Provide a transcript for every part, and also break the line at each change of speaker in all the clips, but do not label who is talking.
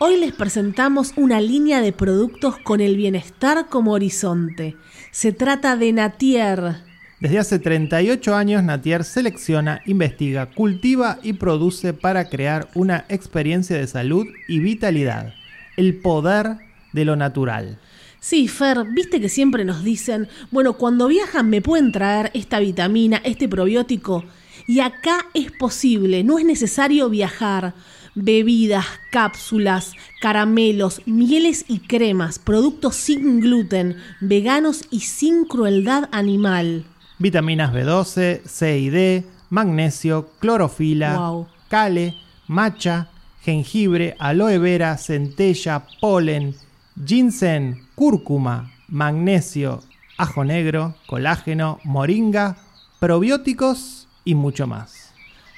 Hoy les presentamos una línea de productos con el bienestar como horizonte. Se trata de Natier.
Desde hace 38 años, Natier selecciona, investiga, cultiva y produce para crear una experiencia de salud y vitalidad. El poder de lo natural.
Sí, Fer, viste que siempre nos dicen, bueno, cuando viajan me pueden traer esta vitamina, este probiótico. Y acá es posible, no es necesario viajar. Bebidas, cápsulas, caramelos, mieles y cremas, productos sin gluten, veganos y sin crueldad animal.
Vitaminas B12, C y D, magnesio, clorofila,
Wow.
cale, macha, jengibre, aloe vera, centella, polen, ginseng, cúrcuma, magnesio, ajo negro, colágeno, moringa, probióticos y mucho más.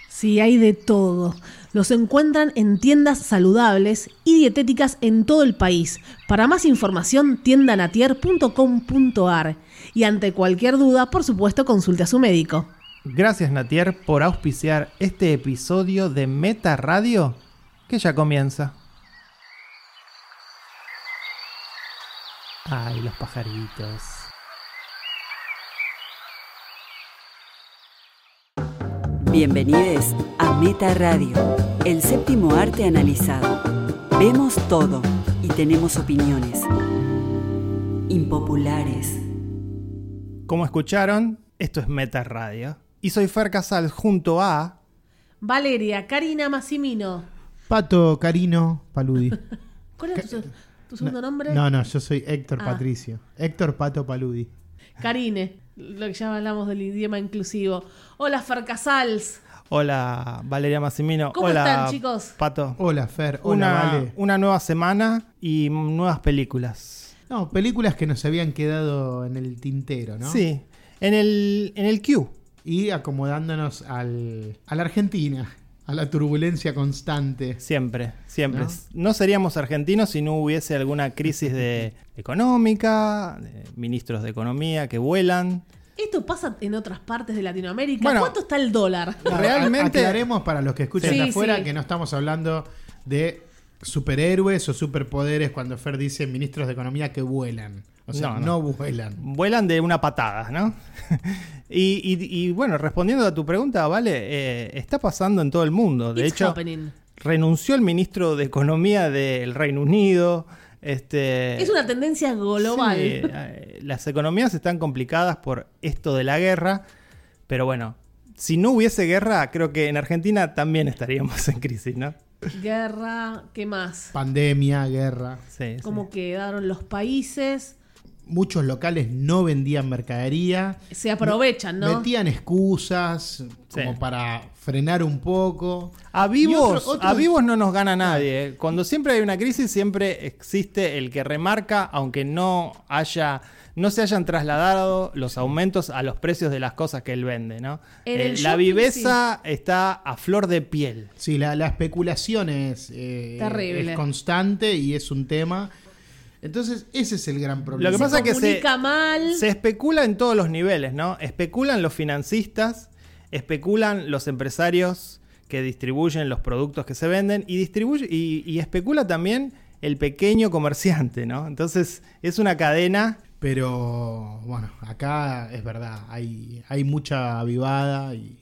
Sí, hay de todo. Los encuentran en tiendas saludables y dietéticas en todo el país. Para más información, tiendanatier.com.ar. Y ante cualquier duda, por supuesto, consulte a su médico.
Gracias Natier por auspiciar este episodio de Meta Radio que ya comienza. Ay, los pajaritos.
Bienvenidos a Meta Radio, el séptimo arte analizado. Vemos todo y tenemos opiniones impopulares.
Como escucharon, esto es Meta Radio. Y soy Fer Casal junto a
Valeria, Karina Massimino.
Pato Carino Paludi.
¿Cuál es tu, tu segundo nombre?
No, no, yo soy Héctor
Ah.
Patricio. Héctor Pato Paludi.
Karine, lo que ya hablamos del idioma inclusivo. Hola, Farcasals.
Hola Valeria Massimino.
¿Cómo
Hola,
están, chicos?
Pato.
Hola, Fer. Hola,
una,
Vale.
una nueva semana y nuevas películas.
No, películas que nos habían quedado en el tintero, ¿no?
Sí. En el, en el Q.
Y acomodándonos al, a la Argentina, a la turbulencia constante.
Siempre, siempre.
¿No?
No seríamos argentinos si no hubiese alguna crisis de económica, de ministros de economía que vuelan.
Esto pasa en otras partes de Latinoamérica.
Bueno.
¿Cuánto está el dólar?
Realmente-
Aclaremos para los que escuchan
Sí,
de afuera
sí.
que no estamos hablando de superhéroes o superpoderes cuando Fer dice ministros de economía que vuelan. O sea,
No,
no,
no.
vuelan.
Vuelan de una patada, ¿no? y, y- y, bueno, respondiendo a tu pregunta, vale, eh, está pasando en todo el mundo. De
It's
hecho, eh,
happening.
renunció el ministro de Economía del Reino Unido. Este,
Es una tendencia global.
Sí, eh, las economías están complicadas por esto de la guerra, pero bueno, si no hubiese guerra, creo que en Argentina también estaríamos en crisis, ¿no?
Guerra, ¿qué más?
Pandemia, guerra.
Sí, sí.
Cómo quedaron los países.
Muchos locales no vendían mercadería.
Se aprovechan, ¿no?
Metían excusas como para frenar un poco.
A
Y
vivos,
otro- otro-
a vivos no nos gana nadie. eh. Cuando siempre hay una crisis, siempre existe el que remarca, aunque no haya, no se hayan trasladado los aumentos a los precios de las cosas que él vende, ¿no?
En
Eh,
el
la
shopping,
viveza está a flor de piel.
Sí, la, la especulación es, eh,
Terrible.
es constante y es un tema. Entonces, ese es el gran problema.
Lo que pasa es que se,
Comunica mal.
Se especula en todos los niveles, ¿no? Especulan los financistas, especulan los empresarios que distribuyen los productos que se venden y, distribuye, y, y especula también el pequeño comerciante, ¿no? Entonces es una cadena.
Pero bueno, acá es verdad, hay, hay mucha avivada y,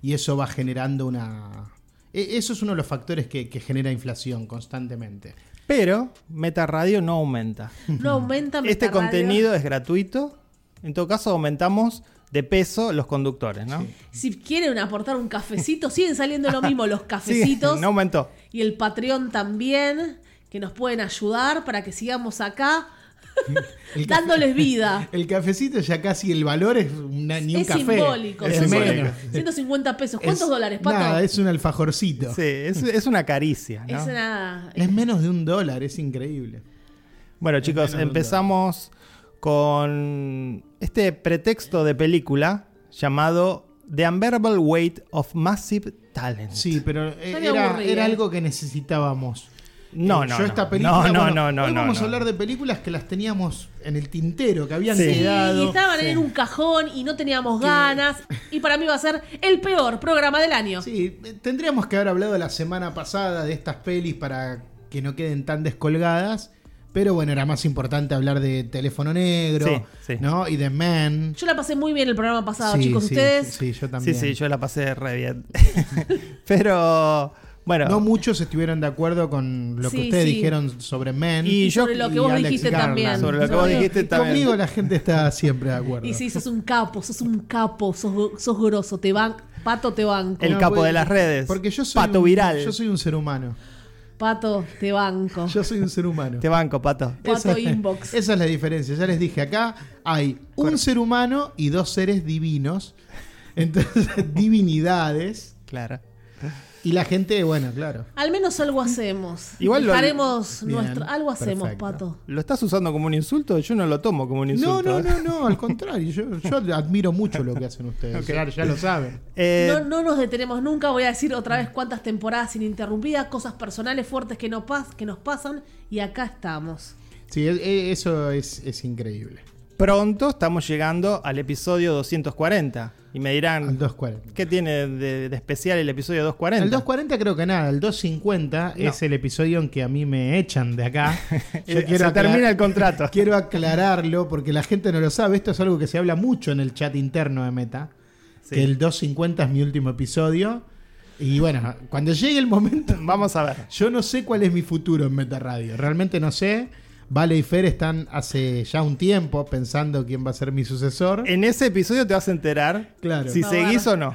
y eso va generando una... e- Eso es uno de los factores que, que genera inflación constantemente.
Pero Meta Radio no aumenta.
No aumenta
Este
Metarradio.
contenido es gratuito. En todo caso, aumentamos de peso los conductores, ¿no?
Si quieren aportar un cafecito, siguen saliendo lo mismo los
Sí,
cafecitos.
no aumentó.
Y el Patreon también, que nos pueden ayudar para que sigamos acá
El café-
dándoles vida.
El cafecito ya casi el valor es una- ni un
es
café.
simbólico.
Es
son
simbólico.
menos.
150 pesos. ¿Cuántos
Es-
dólares, Pato?
Nada, es un alfajorcito.
Sí, es, es una caricia. ¿no?
Es nada.
Es menos de un dólar, es increíble.
Bueno, chicos,
menos de un
empezamos con este pretexto de película llamado The Unbearable Weight of Massive Talent.
Sí, pero
Ya
eh,
me
era,
aburrí,
era
eh.
algo que necesitábamos.
No,
Eh,
no.
Yo
no.
esta película.
No, no,
bueno,
no, no,
hoy
no,
vamos
no.
a hablar de películas que las teníamos en el tintero, que habían
Sí.
Sí,
quedado.
estaban en un cajón y no teníamos ganas. Y para mí va a ser el peor programa del año.
Sí, eh, tendríamos que haber hablado la semana pasada de estas pelis para que no queden tan descolgadas. Pero bueno, era más importante hablar de Teléfono Negro,
Sí, sí.
¿no? Y de Men.
Yo la pasé muy bien el programa pasado,
Sí,
chicos.
sí,
Ustedes.
Sí, yo
Sí,
también.
sí, yo la pasé re bien. Pero, bueno.
No muchos estuvieron de acuerdo con lo que
Sí,
ustedes
sí.
dijeron sobre Men.
Y
Y
yo-
sobre lo que vos
Alex
dijiste
Garland.
también.
Sobre lo que vos dijiste también.
Conmigo la gente está siempre de acuerdo.
Y sí, sos un capo, sos un capo, sos, sos grosso, te ban pato te banco.
El capo
porque-
de las redes.
pues, Porque yo soy
Pato
un-
viral.
Yo soy un ser humano.
Pato te banco.
Yo soy un ser humano.
Te banco, pato.
Pato inbox.
Esa es la diferencia. Ya les dije, acá hay un ser humano y dos seres divinos. Entonces, divinidades.
Claro.
Y la gente, bueno, claro.
Al menos algo hacemos.
Igual lo-
Haremos
Bien,
nuestro. Algo hacemos,
perfecto.
pato.
¿Lo estás usando como un insulto? Yo no lo tomo como un
No,
insulto.
no,
¿eh?
no, no, al contrario. Yo, yo admiro mucho lo que hacen ustedes. Ya, ya lo saben.
Eh,
no, no nos detenemos nunca. Voy a decir otra vez cuántas temporadas ininterrumpidas, cosas personales fuertes que, no pas que nos pasan. Y acá estamos.
Sí, es- es- eso es, es increíble.
Pronto estamos llegando al episodio 240. Y me
Al
dirán,
240.
¿qué tiene de, de especial el episodio 240?
Al 240 creo que nada, al 250
No.
es el episodio en que a mí me echan de acá. Yo
Eh,
quiero
se termina
aclarar-
el contrato.
Quiero aclararlo porque la gente no lo sabe. Esto es algo que se habla mucho en el chat interno de Meta.
Sí.
Que el 250 es mi último episodio. Y bueno, cuando llegue el momento,
Vamos a ver.
yo no sé cuál es mi futuro en Meta Radio. Realmente no sé. Vale y Fer están hace ya un tiempo pensando quién va a ser mi sucesor.
En ese episodio te vas a enterar
Claro.
si
Ah,
seguís o no.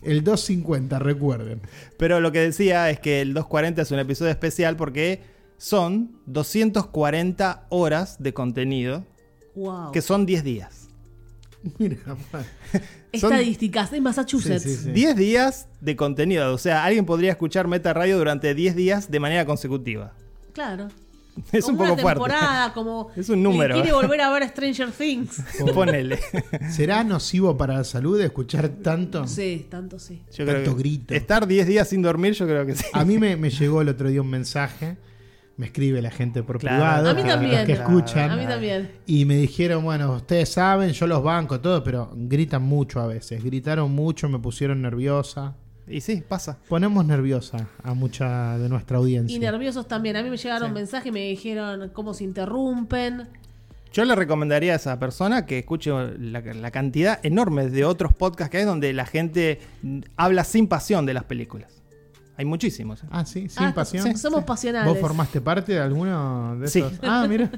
El 250, recuerden.
Pero lo que decía es que el 240 es un episodio especial porque son 240 horas de contenido,
Wow.
que son 10 días.
Mira, man.
Estadísticas en Massachusetts.
Sí, sí, sí.
10 días de contenido. O sea, alguien podría escuchar Meta Radio durante 10 días de manera consecutiva.
Claro.
Es
como
un poco
una
fuerte.
temporada, como
Es un número.
que quiere volver a ver Stranger Things.
Ponele.
¿será nocivo para la salud escuchar tanto?
Sí, tanto sí.
Yo
Tanto
creo que
grito.
Estar 10 días sin dormir, yo creo que sí.
A mí me, me llegó el otro día un mensaje. Me escribe la gente por
Claro.
privado.
A mí
que-
también.
Los que escuchan.
A mí también.
Y me dijeron, bueno, ustedes saben, yo los banco, todo, pero gritan mucho a veces. Gritaron mucho, me pusieron nerviosa.
Y sí, pasa.
Ponemos nerviosa a mucha de nuestra audiencia.
Y nerviosos también. A mí me llegaron mensajes y me dijeron cómo se interrumpen.
Yo le recomendaría a esa persona que escuche la, la cantidad enorme de otros podcasts que hay donde la gente mm, habla sin pasión de las películas. Hay muchísimos. ¿eh?
ah, sí, sin
Ah,
pasión.
sí, somos pasionales.
¿Vos formaste parte de alguno de
Sí.
esos? Ah, mira.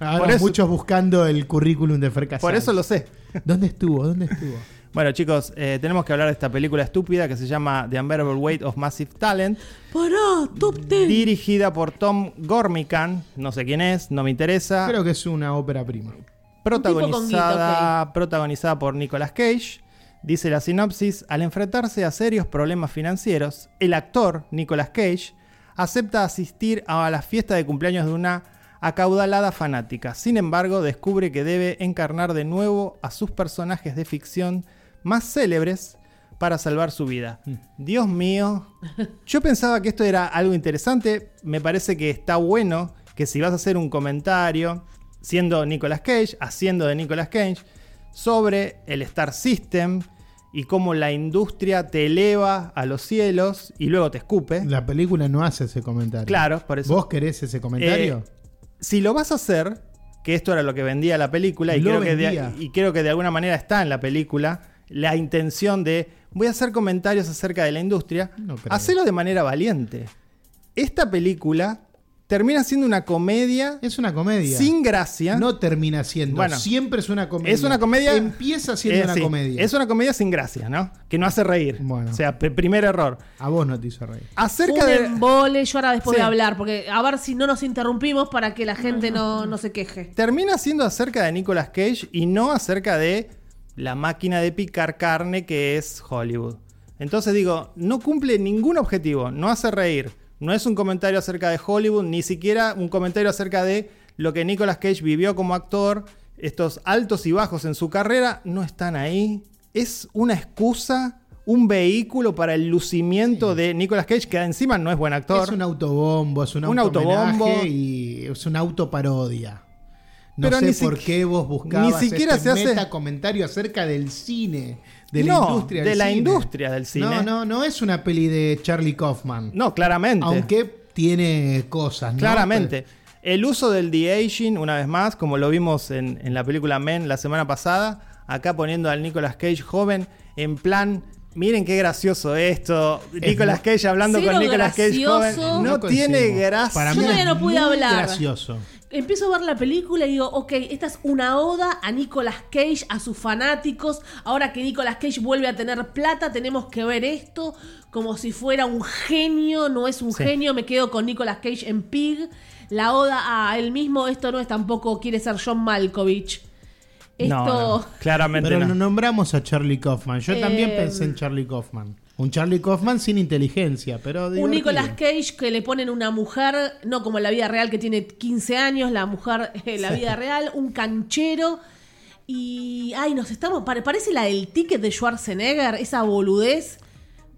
Ahora
Por eso-
muchos buscando el currículum de Fer Casals.
Por eso lo sé.
¿Dónde estuvo? ¿Dónde estuvo?
Bueno, chicos, eh, tenemos que hablar de esta película estúpida que se llama The Unbearable Weight of Massive Talent,
Pará, top
Mm,
10.
dirigida por Tom Gormican, no sé quién es, no me interesa.
Creo que es una ópera prima.
Un tipo con
protagonizada,
guita,
protagonizada por Nicolas Cage. Dice la sinopsis, al enfrentarse a serios problemas financieros, el actor Nicolas Cage acepta asistir a la fiesta de cumpleaños de una acaudalada fanática. Sin embargo, descubre que debe encarnar de nuevo a sus personajes de ficción más célebres para salvar su vida. Dios mío, yo pensaba que esto era algo interesante. Me parece que está bueno que si vas a hacer un comentario, siendo Nicolas Cage, haciendo de Nicolas Cage, sobre el Star System y cómo la industria te eleva a los cielos y luego te escupe.
La película no hace ese comentario.
Claro, por eso.
¿Vos querés ese comentario?
Eh, Si lo vas a hacer, que esto era lo que vendía la película y,
Lo
creo que, de,
vendía.
y creo que de alguna manera está en la película, la intención de voy a hacer comentarios acerca de la industria,
No creo.
hacelo de manera valiente. Esta película termina siendo una comedia
es una comedia.
Eh, sin gracia.
No termina siendo.
Bueno.
siempre es una comedia.
Es una comedia.
Empieza siendo
Eh,
una
sí,
comedia.
Es una comedia sin gracia, ¿no? Que no hace reír.
Bueno.
O sea, pe- primer error.
A vos no te hizo reír.
Acerca
un
em-
de.
embole, yo ahora después
Sí.
de hablar, porque a ver si no nos interrumpimos para que la gente no, no se queje.
termina siendo acerca de Nicolas Cage y no acerca de la máquina de picar carne que es Hollywood. Entonces digo, no cumple ningún objetivo, no hace reír, no es un comentario acerca de Hollywood, ni siquiera un comentario acerca de lo que Nicolas Cage vivió como actor, estos altos y bajos en su carrera, no están ahí. Es una excusa, un vehículo para el lucimiento de Nicolas Cage, que encima no es buen actor.
Es un autobombo, es un,
Un
autohomenaje
autobombo.
y es una autoparodia. No
Pero
sé
ni
por
siqui-
qué vos buscabas
ni siquiera
este
se hace-
meta comentario acerca del cine, de la
No,
industria
de
del
la
cine.
industria del cine.
No, no, no es una peli de Charlie Kaufman.
No, claramente.
Aunque tiene cosas, ¿no?
Claramente. El uso del de-aging, una vez más, como lo vimos en, en la película Men la semana pasada, acá poniendo al Nicolas Cage joven en plan. Miren qué gracioso esto. Nicolas Cage hablando
Cero
con Nicolas Cage joven.
gracioso.
No,
No
tiene
coincidimos.
gracia.
Para
Yo
mí
todavía
es
no pude
muy
hablar.
Gracioso.
Empiezo a ver la película y digo, ok, esta es una oda a Nicolas Cage, a sus fanáticos. Ahora que Nicolas Cage vuelve a tener plata, tenemos que ver esto como si fuera un genio. No es un
Sí.
genio, me quedo con Nicolas Cage en Pig. La oda a él mismo, esto no es tampoco quiere ser John Malkovich. Esto.
No, no, claramente
Pero
no.
no nombramos a Charlie Kaufman. Yo también
Eh,
pensé en Charlie Kaufman. Un Charlie Kaufman sin inteligencia, pero divertido.
Un Nicolas Cage que le ponen una mujer, no como en la vida real que tiene 15 años, la mujer en la vida real, un canchero. Y, ay, nos estamos, pare- parece la del ticket de Schwarzenegger, esa boludez.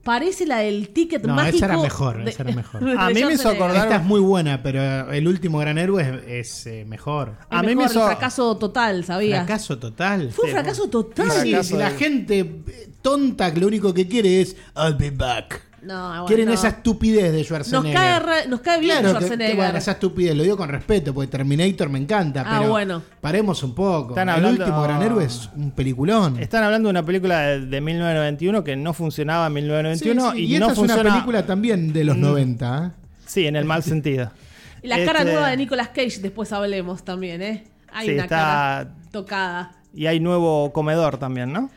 Parece la del ticket
No, esa
mágico.
era mejor,
de-
esa era mejor.
de
A mí me hizo
Schwarzenegger.
acordar-
Esta es muy buena, pero el último gran héroe es, es, eh, mejor.
El
A mí me
mejor,
hizo-
el fracaso total, ¿sabías?
Fracaso total.
Fue un fracaso total.
Y sí,
Fracaso
si la
del-
gente eh, tonta que lo único que quiere es I'll be back.
No, Ah, bueno,
Quieren
no.
esa estupidez de
Nos
Schwarzenegger.
cae, re- nos cae bien
Claro, que- que,
Schwarzenegger.
bueno, esa estupidez, lo digo con respeto, porque Terminator me encanta,
Ah,
pero
bueno.
paremos un poco.
Están
El
hablando- Este
último gran héroe es un peliculón.
Están hablando de una película de, de 1991 que no funcionaba en
Sí,
1991
sí,
y, no
esta
funciona. Mm.
es una película también de los 90. ¿eh?
Sí, en el mal sentido.
Y la cara
Este,
nueva de Nicolas Cage, después hablemos también, ¿eh? Hay
Sí,
una
está-
cara tocada.
Y hay nuevo comedor también, ¿no?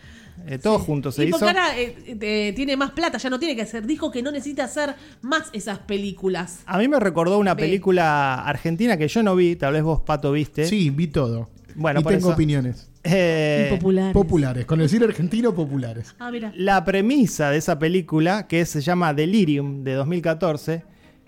Eh, todos juntos se
Y
hizo.
porque ahora eh, eh, tiene más plata, ya no tiene que hacer. Dijo que no necesita hacer más esas películas.
A mí me recordó una
Ve.
película argentina que yo no vi, tal vez vos, Pato, viste.
Sí, vi todo.
Bueno,
y
por
tengo
eso.
opiniones.
Eh,
Populares.
Populares, con el cine argentino populares.
Ah, mira.
la premisa de esa película, que se llama Delirium, de 2014,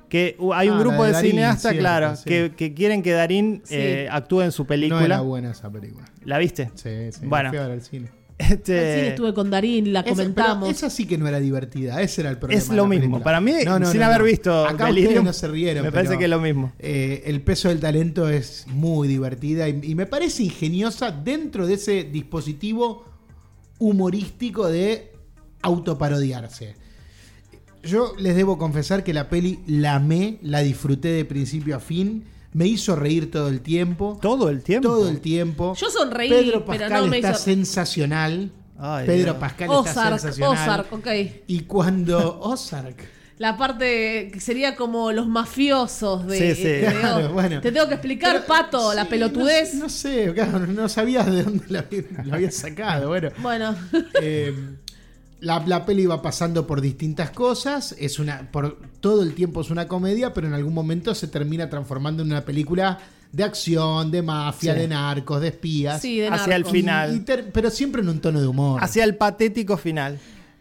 que uh, hay un
Ah, la
grupo
de
de,
Darín,
cineastas,
cierto,
claro,
sí.
que, que quieren que Darín
Sí.
eh, actúe en su
No era
película.
buena esa película.
¿La viste?
Sí, sí.
Bueno.
fui a ver al cine.
Este,
Al cine estuve con Darín, la
Esa-
comentamos.
pero Esa sí que no era divertida, ese era el problema.
Es
de
lo
la
mismo.
película.
Para mí, sin haber visto
Acá
Delirium,
ustedes no se rieron.
me parece
pero,
que es lo mismo.
eh, el peso del talento es muy divertida y, y me parece ingeniosa dentro de ese dispositivo humorístico de autoparodiarse. Yo les debo confesar que la peli la amé, la disfruté de principio a fin, me hizo reír todo el tiempo.
Todo el tiempo.
Todo el tiempo.
Yo sonreí, pero
Pedro Pascal
no me
está
hizo-
sensacional.
Ay,
Pedro
Dios.
Pascal está
Ozark,
sensacional.
Ozark, ok.
Y cuando Ozark.
La parte que sería como los mafiosos de.
Sí, sí.
de-
Claro, bueno.
Te tengo que explicar,
Pero,
pato, la
sí,
pelotudez.
No, no sé, claro, no sabías de dónde la, había- la había sacado. Bueno,
Bueno,
eh, la, la peli va pasando por distintas cosas. Es una, por todo el tiempo es una comedia, pero en algún momento se termina transformando en una película de acción, de mafia,
Sí.
de narcos, de espías.
sí, de
Hacia el
narcos.
Y-
Final.
y ter- pero siempre en un tono de humor.
Hacia el patético final.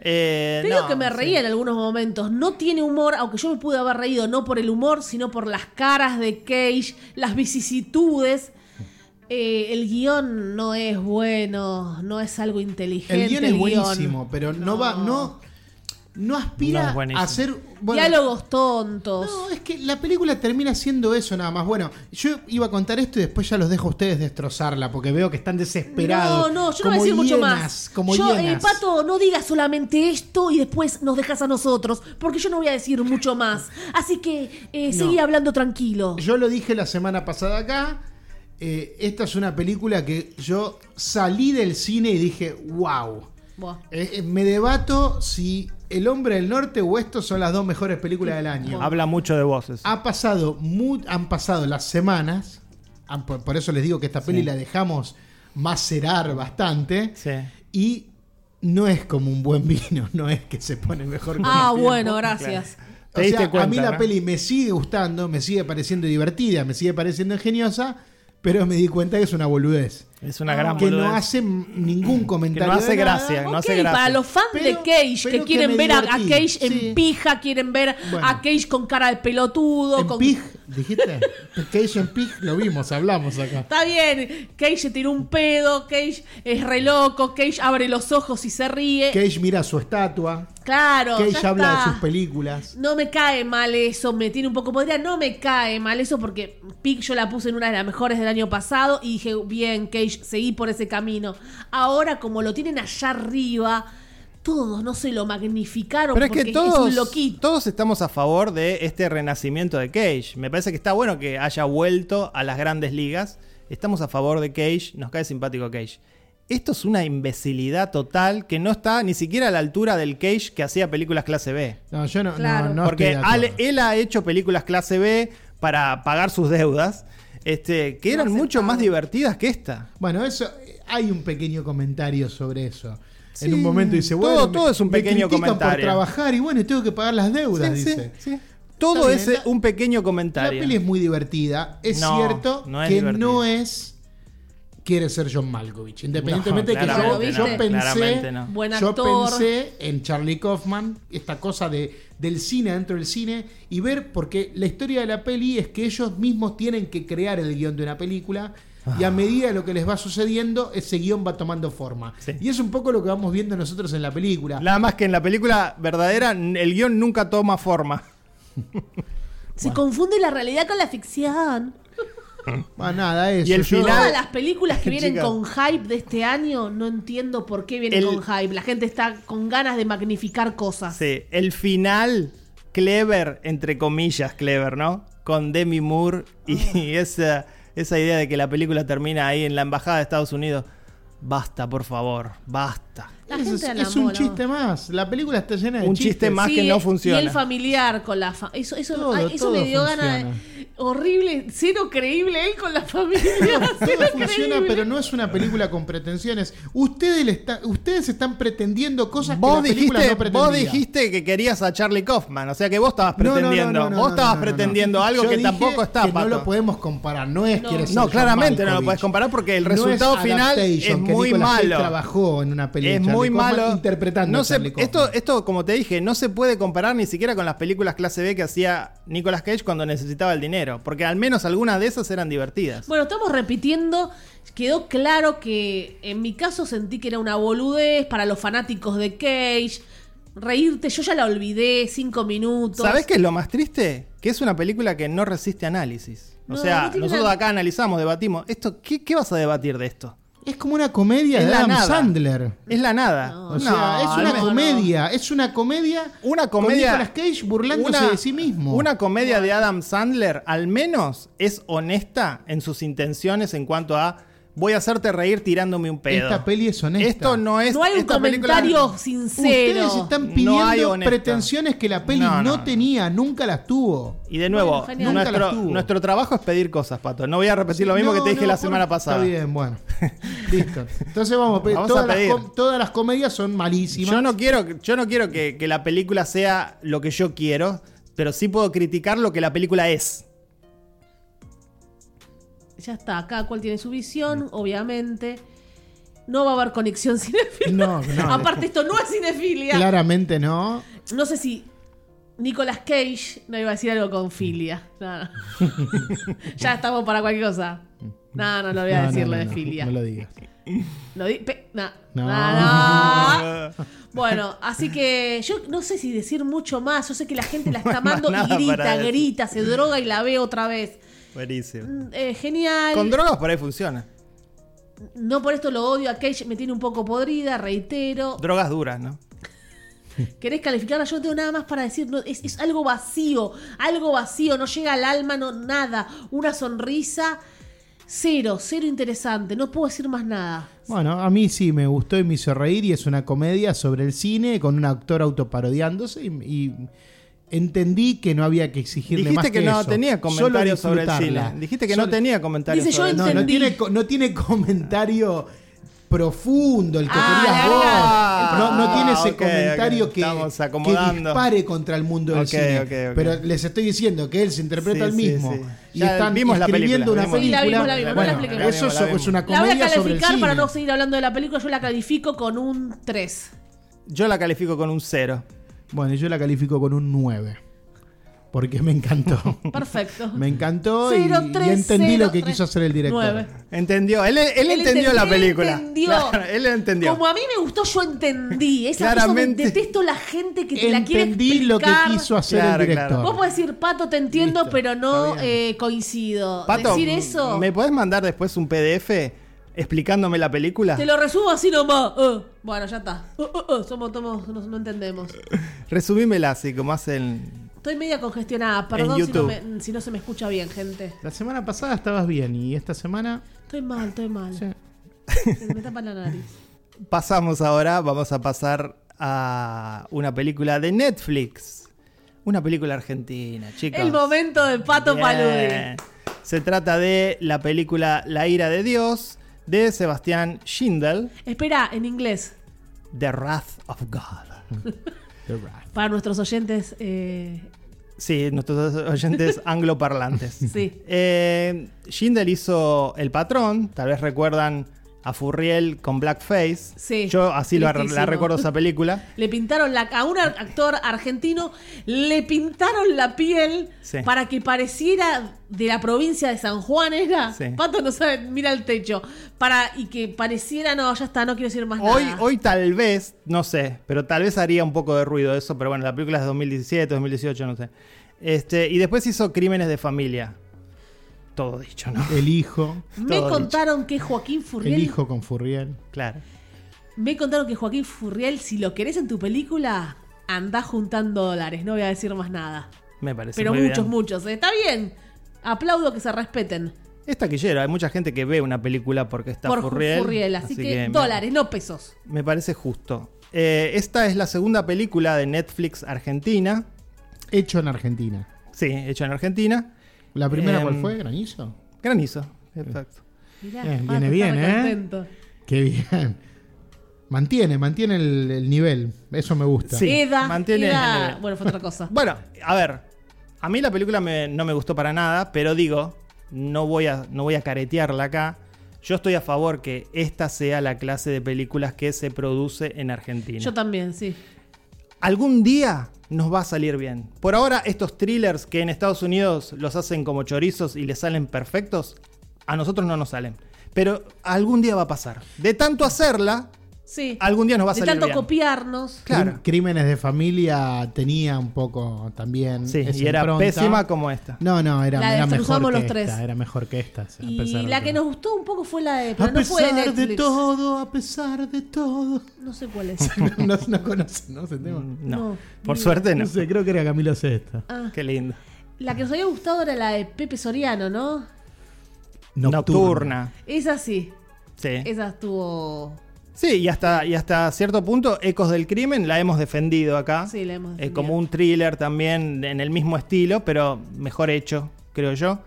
Eh,
Te digo
no,
que me reía en algunos momentos. No tiene humor, aunque yo me pude haber reído no por el humor, sino por las caras de Cage, las vicisitudes. Eh, el guión no es bueno, no es algo inteligente.
el guión es
guión.
buenísimo, pero no, va, no, no
No
aspira
es buenísimo.
a ser. bueno,
Diálogos tontos.
No, es que la película termina siendo eso nada más. Bueno, yo iba a contar esto y después ya los dejo a ustedes destrozarla porque veo que están desesperados.
No, no, yo no voy
Como
a decir mucho
hienas,
más.
Como
yo, eh,
hienas.
Pato, no digas solamente esto y después nos dejas a nosotros, porque yo no voy a decir mucho más. Así que eh, seguí hablando tranquilo.
Yo lo dije la semana pasada acá. eh, esta es una película que yo salí del cine y dije, wow.
Buah. Ah,
me debato si El Hombre del Norte o estos son las dos mejores películas del año.
Habla mucho de voces.
Ha pasado mu- han pasado las semanas, han- por, por eso les digo que esta peli la dejamos macerar bastante,
Sí.
y no es como un buen vino, no es que se pone mejor con
Ah,
el tiempo.
bueno, gracias.
O
Te diste
sea, a
cuenta,
mí la
¿no?
peli me sigue gustando, me sigue pareciendo divertida, me sigue pareciendo ingeniosa, pero me di cuenta que es una boludez.
Es una gran
Ah, que no
boludez.
hace m- ningún comentario.
hace
de nada.
gracia. no
Ok,
hace gracia.
para los fans de
Pero-
Cage
pero
que
que
quieren
me
ver a, a
divertí,
Cage
sí.
en pija, quieren ver
Bueno.
a Cage con cara de pelotudo,
En
con
Pig, dijiste. Cage en Pig lo vimos, hablamos acá.
Está bien, Cage se tiró un pedo, Cage es re loco, Cage abre los ojos y se ríe.
Cage mira su estatua.
Claro,
Cage
Eh. ya
habla
está.
de sus películas.
No me cae mal eso, me tiene un poco podrida. No me cae mal eso porque Pig yo la puse en una de las mejores del año pasado y dije, bien, Cage, seguí por ese camino. Ahora, como lo tienen allá arriba, todos no se lo magnificaron
Pero es
porque
que todos,
un loquito.
todos estamos a favor de este renacimiento de Cage. Me parece que está bueno que haya vuelto a las grandes ligas. Estamos a favor de Cage, nos cae simpático Cage. Esto es una imbecilidad total que no está ni siquiera a la altura del Cage que hacía películas clase B.
No, yo no,
Claro.
no, no estoy
Porque
de acuerdo.
Ale- él ha hecho películas clase B para pagar sus deudas, este, que eran
Más
mucho
sentado.
más divertidas que esta.
Bueno, eso hay un pequeño comentario sobre eso.
Sí,
en un momento dice,
todo-
bueno, me-
todo es un
me
pequeño
critican por
comentario.
trabajar y bueno, tengo que pagar las deudas,
Sí, sí,
dice.
sí.
Está
Todo
bien,
es
la-
un pequeño
La
comentario.
peli es muy divertida. Es
No,
cierto
no es
que
divertida.
no es quiere ser John Malkovich, independientemente
No,
de que yo,
claramente
yo
no,
pensé
claramente no.
Buen
yo
actor.
pensé en Charlie Kaufman, esta cosa de, del cine dentro del cine, y ver, porque la historia de la peli es que ellos mismos tienen que crear el guión de una película, y
Ah.
a medida de lo que les va sucediendo, ese guión va tomando forma.
Sí.
Y es un poco lo que vamos viendo nosotros en la película.
Ah. Nada más que en la película verdadera n- el guión nunca toma forma.
Se confunde la realidad con la ficción.
Ah, nada, eso.
Y el
yo-
final-
Todas las películas que vienen
Chicas.
con hype de este año, no entiendo por qué vienen
El-
con hype. La gente está con ganas de magnificar cosas.
Sí, el final clever, entre comillas clever, ¿no? Con Demi Moore y, esa, esa idea de que la película termina ahí en la embajada de Estados Unidos. Basta, por favor, basta.
La
es,
gente la
es un
mola.
chiste más. La película está llena de
Un
chistes.
chiste más que no funciona.
Y el familiar con la fa- Eso, eso,
Todo,
ay, eso
todo
me dio ganas. de-
funciona.
Horrible, cero creíble él con la familia.
Todo
cero
funciona,
creíble.
pero no es una película con pretensiones. Ustedes, le está- ustedes están pretendiendo cosas
Vos
que la película
dijiste,
no pretendía.
vos dijiste que querías a Charlie Kaufman, o sea que vos estabas
No, no, no, no,
pretendiendo.
no, no,
vos estabas
no, no, no.
pretendiendo algo
Yo
que
dije
tampoco está,
que no
Pato.
lo podemos comparar. No es
No.
quiere ser
No,
John
claramente no lo
Malkovich.
podés comparar porque el
No es
resultado final
Adaptation,
es
que
muy
Nicolas Cage
malo.
trabajó en una película
es
de Charlie
muy
Kaufman
malo
interpretando
No
a
se-
Charlie Kaufman.
esto esto como te dije no se puede comparar ni siquiera con las películas clase B que hacía Nicolas Cage cuando necesitaba el dinero porque al menos algunas de esas eran divertidas
Bueno, estamos repitiendo. Quedó claro que en mi caso sentí que era una boludez para los fanáticos de Cage. Reírte, yo ya la olvidé, cinco minutos.
¿Sabés qué es lo más triste? Que es una película que no resiste análisis. O
No,
sea,
no tiene
nosotros
nada.
acá analizamos, debatimos. Esto, ¿qué, qué vas a debatir de esto?
Es como una comedia
Es
de
la
Adam
nada.
Sandler.
Es la nada.
O sea, es
al
una
menos-
comedia. Es una comedia
Una
con
comedia.
Nicolas Cage burlándose de sí mismo.
Una comedia de Adam Sandler, al menos, es honesta en sus intenciones en cuanto a voy a hacerte reír tirándome un pedo.
Esta peli es honesta.
Esto no es.
no hay un
esta película-
comentario
Ustedes
sincero.
están
No
pidiendo
hay honesta.
pretensiones que la peli
No,
no,
no, no.
tenía, nunca las tuvo.
Y de nuevo,
Bueno, genial.
Nunca
nuestro,
las tuvo.
nuestro trabajo es pedir cosas, Pato. No voy a repetir lo mismo que
No,
te dije
no,
la
por-
semana pasada.
Está bien, bueno. Listo. Entonces vamos, a pedir-
Vamos a
todas,
pedir.
Las com- todas las comedias son malísimas.
Yo no quiero, yo no quiero que, que la película sea lo que yo quiero, pero sí puedo criticar lo que la película es.
Ya está, cada cual tiene su visión, obviamente. No va a haber conexión cinefilia.
No, no.
Aparte, esto no es cinefilia.
Claramente no.
No sé si Nicolas Cage no iba a decir algo con filia. No, no. ya estamos para cualquier cosa. No, no lo voy a
No,
decir
no,
lo
no,
de
no,
filia.
No lo digas.
Lo di- pe- na-
No. Ah.
na- na. Bueno, así que yo no sé si decir mucho más. Yo sé que la gente la está
hay más
amando
nada
y grita,
para decir.
grita, se droga y la ve otra vez.
Buenísimo.
Mm, eh, genial.
Con drogas por ahí funciona.
No por esto lo odio a Cage, me tiene un poco podrida, reitero.
Drogas duras, ¿no?
¿Querés calificarla? Yo no tengo nada más para decir. no, es, es algo vacío, algo vacío, no llega al alma, no nada. Una sonrisa, cero, cero interesante. No puedo decir más nada.
Bueno, a mí sí me gustó y me hizo reír y es una comedia sobre el cine con un actor autoparodiándose y, y entendí que no había que exigirle
Dijiste
más
que,
que
no
eso.
tenía
Solo
comentarios sobre el
disfrutarla.
cine. Dijiste que no
Solo-
tenía comentarios
Dice, yo
sobre el
No, no
Entendí.
tiene, co- no tiene comentario profundo el que
Ah,
querías vos.
ah,
No, no tiene ese
ok, ok.
comentario que-
Estamos
que,
acomodando.
dispare contra el mundo del
Ok,
cine.
ok, ok.
Pero les estoy diciendo que él se interpreta
Sí,
al
sí,
mismo.
sí.
Y
Ya
están
vimos la película,
escribiendo una
la vimos.
película.
Sí, la vimos, la vimos,
Bueno,
la expliquemos.
eso es,
La vimos,
es una
La voy a
comedia sobre el
calificar
cine.
para no
e-
seguir hablando de la película. Yo la califico con un 3.
Yo la califico con un cero.
Bueno, yo la califico con un 9. Porque me encantó.
Perfecto.
me encantó y,
Cero,
y
tres,
entendí
cero,
lo que
tres,
quiso hacer el director.
nueve.
Entendió. Él, él entendió
entend-
la
él
película.
entendió.
Claro, él entendió.
Como a mí me gustó, yo entendí. Esa
Claramente.
Claramente. detesto la gente que te la quiere
Entendí lo que
explicar.
quiso hacer
Claro,
el director.
claro.
Vos podés decir, Pato, te entiendo,
Listo,
pero no
está bien.
eh, coincido.
Pato,
decir eso.
¿me podés mandar después un PDF explicándome la película?
Te lo resumo así nomás. Eh, bueno, ya está. Eh, eh, eh, somos, somos- no, no entendemos.
Resumímela así, como hacen.
Estoy media congestionada. Perdón
En
si no,
YouTube.
me- si no se me escucha bien, gente.
La semana pasada estabas bien y esta semana.
Estoy mal, estoy mal.
sí.
Se me tapa la nariz.
Pasamos ahora, vamos a pasar a una película de Netflix. Una película argentina, chicos.
El momento de Pato
Bien.
Paludi.
Se trata de la película La ira de Dios de Sebastián Schindel,
Espera, en inglés.
The Wrath of God.
Para nuestros oyentes, eh,
Sí, nuestros oyentes angloparlantes.
Sí.
Eh, Schindel hizo El Patrón, tal vez recuerdan a Furriel con Blackface.
Sí,
Yo así lo- la
tristísimo.
recuerdo esa película.
le pintaron la, a un ar- actor argentino, le pintaron la piel
Sí.
para que pareciera de la provincia de San Juan, ¿era?
Sí.
Pato no sabe, mira el techo. Para, y que pareciera, no, ya está, no quiero decir más
Hoy,
nada.
hoy tal vez, no sé, pero tal vez haría un poco de ruido eso, pero bueno, la película es de 2017, 2018, no sé. Este, y después hizo Crímenes de Familia. Todo dicho, ¿no?
El hijo.
Me
todo
contaron que Joaquín
El
Furriel.
hijo con Furriel.
Claro.
Me contaron que Joaquín Furriel, si lo querés en tu película, andá juntando dólares. No voy a decir más nada.
Me parece.
Pero
muy bien.
muchos, muchos. ¿eh? Está bien. Aplaudo que se respeten.
Es taquillero, hay mucha gente que ve una película porque está
por
Furriel.
Furriel. Así, que,
bien.
dólares, no pesos.
Me parece justo. Eh, esta es la segunda película de Netflix Argentina.
Hecho en Argentina.
Sí, hecha en Argentina.
¿La primera
Em,
cuál fue? ¿Granizo?
Granizo. Exacto.
Mirá,
Bien,
Pato
viene bien,
estaba
¿eh?
contento.
Qué bien. Mantiene, mantiene el, el nivel. Eso me gusta.
Sí,
Eda,
mantiene-
Eda- Bueno, fue otra cosa.
Bueno, a ver. A mí la película me- no me gustó para nada, pero digo, no voy, a, no voy a caretearla acá. Yo estoy a favor que esta sea la clase de películas que se produce en Argentina.
Yo también, sí.
algún día nos va a salir bien. Por ahora, estos thrillers que en Estados Unidos los hacen como chorizos y les salen perfectos, a nosotros no nos salen. Pero algún día va a pasar. De tanto hacerla,
Sí.
algún día nos va a
De
salir
tanto
bien.
copiarnos.
Crim-
claro.
Crímenes de familia tenía un poco también.
Sí,
esa
y era
impronta.
pésima como esta.
No, no, era,
La
era mejor
destrozamos
que
los tres.
esta. Era mejor que esta. a pesar
Y
de
la que
todo.
nos gustó un poco fue la de. Pero
A
no fue de
pesar
Netflix.
de todo, a pesar de todo.
No sé cuál es.
no, no, no conocen, ¿no? Ese tema.
No,
No,
por
ni-
suerte no.
No sé, creo que era Camilo Cesta.
Ah,
Qué lindo.
la que nos había gustado era la de Pepe Soriano, ¿no?
Nocturna.
Esa sí.
¿Eh?
Sí.
Esa estuvo.
Sí, y hasta, y hasta cierto punto, Ecos del Crimen la hemos defendido acá.
Sí, la hemos
Eh,
defendido.
como un thriller también en el mismo estilo, pero mejor hecho, creo yo.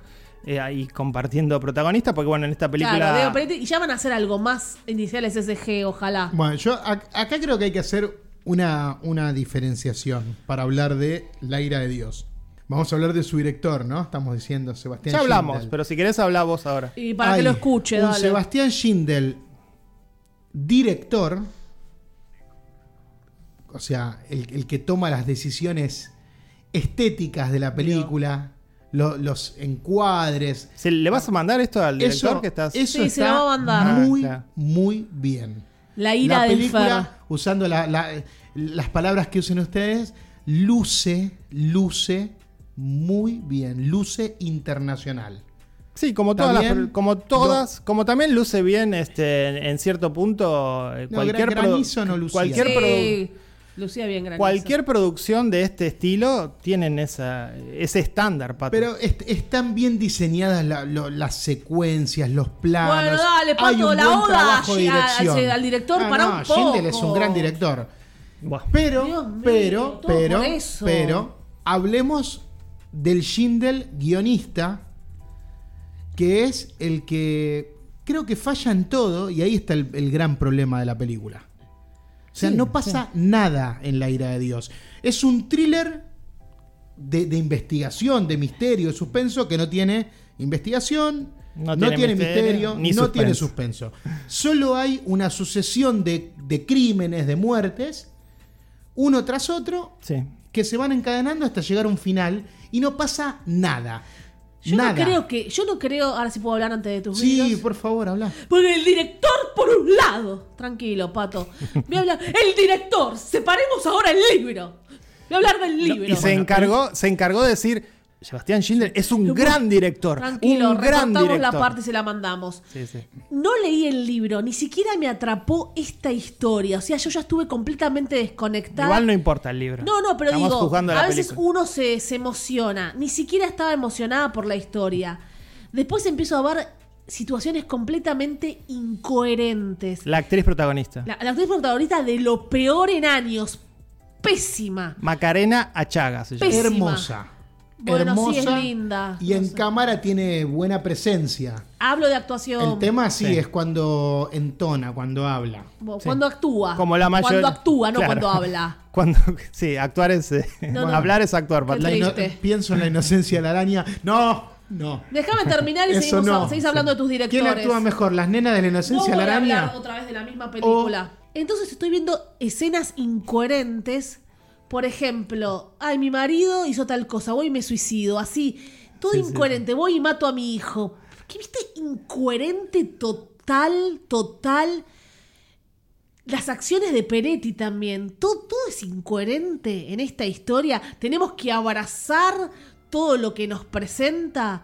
Eh, ahí compartiendo protagonistas, porque bueno, en esta película.
Claro, Diego Peretti. Y ya van a hacer algo más iniciales SG, ojalá.
Bueno, yo ac- acá creo que hay que hacer una, una diferenciación para hablar de La ira de Dios. Vamos a hablar de su director, ¿no? Estamos diciendo Sebastián
ya hablamos,
Schindel.
pero si querés hablar vos ahora.
Y para
Hay
que lo escuche,
un
dale.
Sebastián Schindel, director, o sea, el, el que toma las decisiones estéticas de la película, lo- los encuadres.
¿Se ¿Le vas a mandar esto al director
Eso,
que estás.?
eso
Sí, se lo va a
está
mandar.
muy,
Ah, claro.
muy bien.
La ira
la
E del
película,
Fer.
usando la- la- las palabras que usen ustedes, luce, luce muy bien, luce internacional.
Sí, como todas, las-
También-
como todas, como también luce bien este en, en cierto punto eh,
No,
cualquier
Gran-
produ-
Granizo no lucía.
cualquier
Sí,
produ-
lucía bien grande.
Cualquier producción de este estilo tienen esa, ese estándar, Pato.
Pero est- están bien diseñadas la- lo- las secuencias, los planos.
Bueno, dale, Pato,
Hay un
la
buen
oda
trabajo de
a- a-
dirección.
al director,
Ah,
para
no,
un
Schindel es
poco.
un gran director.
Buah.
Pero,
Dios mío,
pero,
todo
pero,
por eso.
pero, hablemos del Schindel guionista, que es el que creo que falla en todo, y ahí está el, el gran problema de la película. O sea, no pasa nada en La ira de Dios. Es un thriller de, de investigación, de misterio, de suspenso, que no tiene investigación,
No
no,
tiene
tiene,
misterio,
misterio,
ni
no tiene
suspenso.
suspenso suspenso. Solo hay una sucesión de, de crímenes, de muertes, uno tras otro,
Sí.
que se van encadenando hasta llegar a un final y no pasa nada.
Yo
nada.
no creo que. Yo no creo. Ahora sí puedo hablar antes de tus
Sí,
gritos.
por favor, habla.
Porque el director, por un lado. Tranquilo, pato. Voy a hablar. El director, separemos ahora el libro. Voy a hablar del libro.
Y se encargó, se encargó de decir, Sebastián Schindler es un gran director.
Tranquilo,
un gran
recortamos
director.
la parte y se la mandamos.
Sí, sí.
No leí el libro, ni siquiera me atrapó esta historia. O sea, yo ya estuve completamente desconectada.
Igual no importa el libro.
No, no, pero
Estamos
digo,
juzgando la
a veces
película.
uno se, se emociona. Ni siquiera estaba emocionada por la historia. Después empiezo a ver situaciones completamente incoherentes. La,
La actriz protagonista.
la actriz protagonista de lo peor en años. Pésima.
Macarena Achaga se llama.
Pésima.
Hermosa.
Bueno, sí,
hermosa.
es linda.
Y
No
en
sé.
cámara tiene buena presencia.
Hablo de actuación.
El tema sí,
Sí.
es cuando entona, cuando habla.
Bo- Cuando actúa.
Como la mayor-
Cuando actúa, no
Claro.
cuando habla.
Cuando, sí, actuar es. eh,
No,
bueno,
no.
Hablar es actuar,
Qué
Patlán.
triste.
No, pienso en la inocencia de la araña. No, no.
Déjame terminar y
Eso
seguimos,
no.
seguís hablando de tus directores.
¿Quién actúa mejor, las nenas de la
No
inocencia
voy
de
a
la araña?
hablar otra vez de la misma película. Entonces estoy viendo escenas incoherentes. Por ejemplo, ay, mi marido hizo tal cosa, voy y me suicido. Así, todo
Sí, sí,
incoherente, voy y mato a mi hijo. ¿Qué viste? Incoherente total, total. Las acciones de Peretti también. Todo, todo es incoherente en esta historia. Tenemos que abrazar todo lo que nos presenta.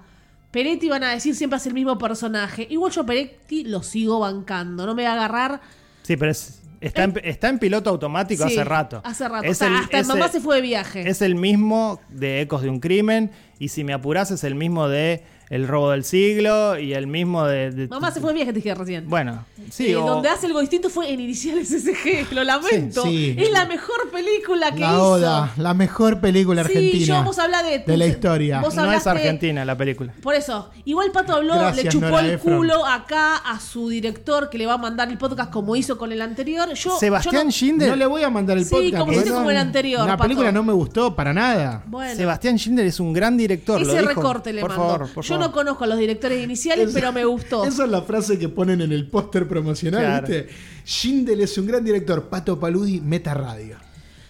Peretti van a decir siempre es el mismo personaje. Igual yo a Peretti lo sigo bancando. No me va a agarrar.
Sí, pero es- está, en, está en piloto automático
Sí,
hace rato.
Hace rato.
Es
hasta
el-
hasta
es
mamá
el-
se fue de viaje.
Es el mismo de Ecos de un Crimen. Y si me apuras, es el mismo de El robo del siglo. Y el mismo de. de-
Mamá se fue de viaje, te dije recién.
Bueno, sí.
Eh,
o-
Donde hace algo distinto fue en Iniciales SG. Lo lamento.
sí.
Es la mejor película que
La
hizo.
Oda, la mejor película
Sí, yo
argentina.
vos hablá de,
de la historia.
vos
no es
hablaste-
Argentina la película.
Por eso, igual Pato habló,
Gracias,
le chupó
Nora
el
Ephron.
culo acá a su director que le va a mandar el podcast como hizo con el anterior. Yo,
Sebastián
yo no-
Schindler.
No le voy a mandar el
Sí,
podcast.
como hiciste
porque
como el
no-
anterior,
La
Pato.
película no me gustó para nada.
Bueno,
Sebastián Schindler es un gran director. lo
ese
dijo.
recorte le
por
mando.
Favor, por
yo
favor.
no conozco a los directores iniciales,
Eso-
pero me gustó.
Esa es la frase que ponen en el póster promocional,
Claro.
¿viste? Schindel es un gran director. Pato Paludi, Meta Radio.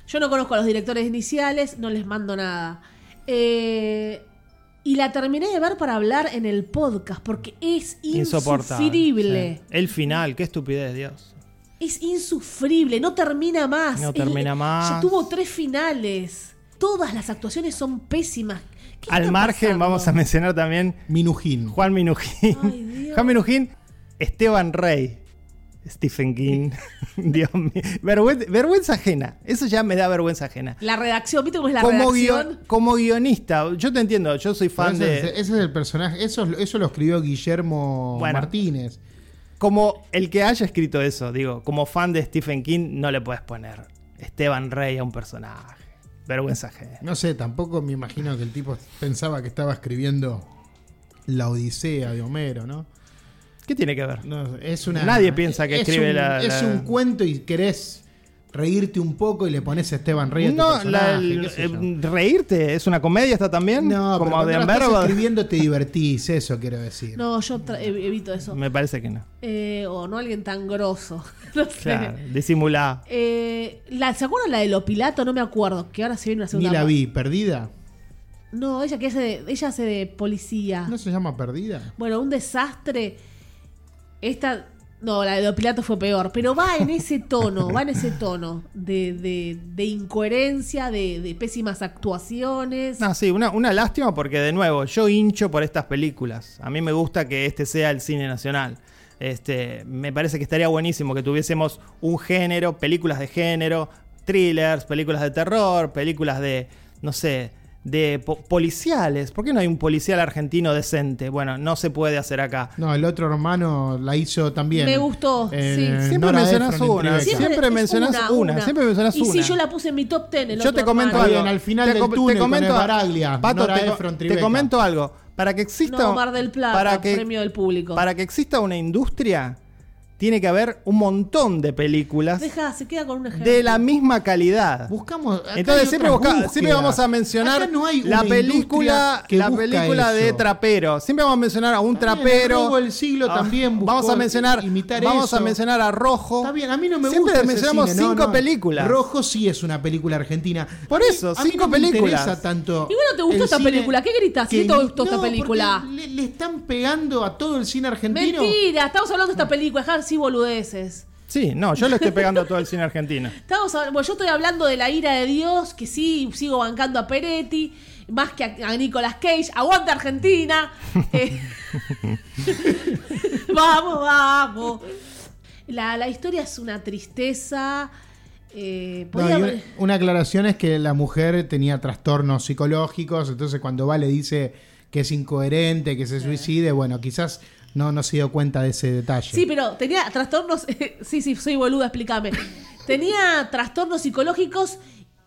Yo no conozco a los directores iniciales, no les mando nada. Eh, y la terminé de ver para hablar en el podcast, porque es
Insoportable.
insufrible.
sí. El final, qué estupidez, Dios.
Es insufrible, no termina más.
No
Es-
termina más.
Ya tuvo tres finales. Todas las actuaciones son pésimas. ¿Qué
Al
está
margen,
pasando?
vamos a mencionar también
Minujín.
Juan Minujín.
Ay, Dios.
Juan Minujín, Esteban Rey. Stephen King. Dios mío. Vergüenza, vergüenza ajena. Eso ya me da vergüenza ajena.
La redacción, ¿viste cómo es la
Como,
redacción?
guion- como guionista, yo te entiendo, yo soy fan
Pero ese,
de.
ese es el personaje. Eso, es- eso lo escribió Guillermo
Bueno.
Martínez.
Como el que haya escrito eso, digo, como fan de Stephen King, no le puedes poner Esteban Rey a un personaje. Vergüenza ajena.
No sé, tampoco me imagino que el tipo pensaba que estaba escribiendo La Odisea de Homero, ¿no?
¿Qué tiene que ver?
No, es una,
Nadie piensa que
es
escribe
un-
la-
Es
la-
un cuento y querés reírte un poco y le pones a Esteban Reyes.
No, la- el- eh, reírte es una comedia, está también.
no, pero
como
cuando
de
lo estás
Ambergo.
escribiendo te divertís, eso quiero decir.
No, yo tra- ev- evito eso.
Me parece que no.
Eh, o no alguien tan grosso. No sé.
Claro, disimulá.
Eh, la, ¿Se acuerdan la de Lopilato? No me acuerdo. Que ahora se viene una
Ni
segunda.
la
pa-
vi, ¿perdida?
No, ella que hace de, ella hace de policía.
¿No se llama perdida?
Bueno, un desastre. Esta. No, la de Lopilato fue peor. Pero va en ese tono, va en ese tono. De, de- de incoherencia, de, de pésimas actuaciones.
No, Ah, sí, una, una lástima porque de nuevo, yo hincho por estas películas. A mí me gusta que este sea el cine nacional. Este, me parece que estaría buenísimo que tuviésemos un género, películas de género, thrillers, películas de terror, películas de, no sé, de po- policiales. ¿Por qué no hay un policial argentino decente? Bueno, no se puede hacer acá.
No, el otro hermano la hizo también. Eh,
Me gustó, sí.
Siempre
Nora
mencionás
Ephron en
una,
Tribeca.
siempre
es
mencionás una, siempre mencionás
y
una.
si yo la puse en mi top ten, el
Yo
otro
te comento
hermano.
Está
algo.
bien, al final
te,
del
com- te
túnel con
comento,
el Baraglia,
Pato,
Nora
te, co-
Ephron,
te
Tribeca.
comento algo. Para que exista.
No, Mar del Plata,
para que,
premio del público.
Para que exista una industria, tiene que haber un montón de películas
Deja, se queda con un ejemplo.
de la misma calidad.
Buscamos. acá hay
Entonces siempre,
otras
busca-
búsquedas.
siempre vamos a mencionar
Acá no hay
la
una
película,
industria que
la
busca
película de
eso.
trapero. Siempre vamos a mencionar a un
Está bien,
trapero. Ah,
el robo del siglo también buscó
vamos a mencionar,
imitar
vamos a
eso.
mencionar a Rojo.
Está bien, a mí no me
Siempre
gusta. ese
mencionamos
cine, no,
cinco
no.
películas.
Rojo sí es una película argentina.
Por
A mí-
eso,
a mí
cinco
no me
películas.
interesa tanto.
Igual no te gustó
el
esta
cine
película, ¿qué gritás? Si
que-
no te gustó esta
porque
película.
Le, le están pegando a todo el cine argentino.
Mentira, estamos hablando de esta película, dejar sí boludeces.
Sí, no, yo le estoy pegando a todo el cine argentino.
Estamos hab- bueno, yo estoy hablando de la ira de Dios, que sí, sigo bancando a Peretti. más que a, a Nicolas Cage. ¡Aguante Argentina! Eh, vamos, vamos. La, la historia es una tristeza. eh,
No, y
podía
una,
haber-
una aclaración es que la mujer tenía trastornos psicológicos, entonces cuando va le dice que es incoherente, que se suicide, bueno, quizás no, no se dio cuenta de ese detalle.
Sí, pero tenía trastornos. sí, sí, soy boluda, explícame. Tenía trastornos psicológicos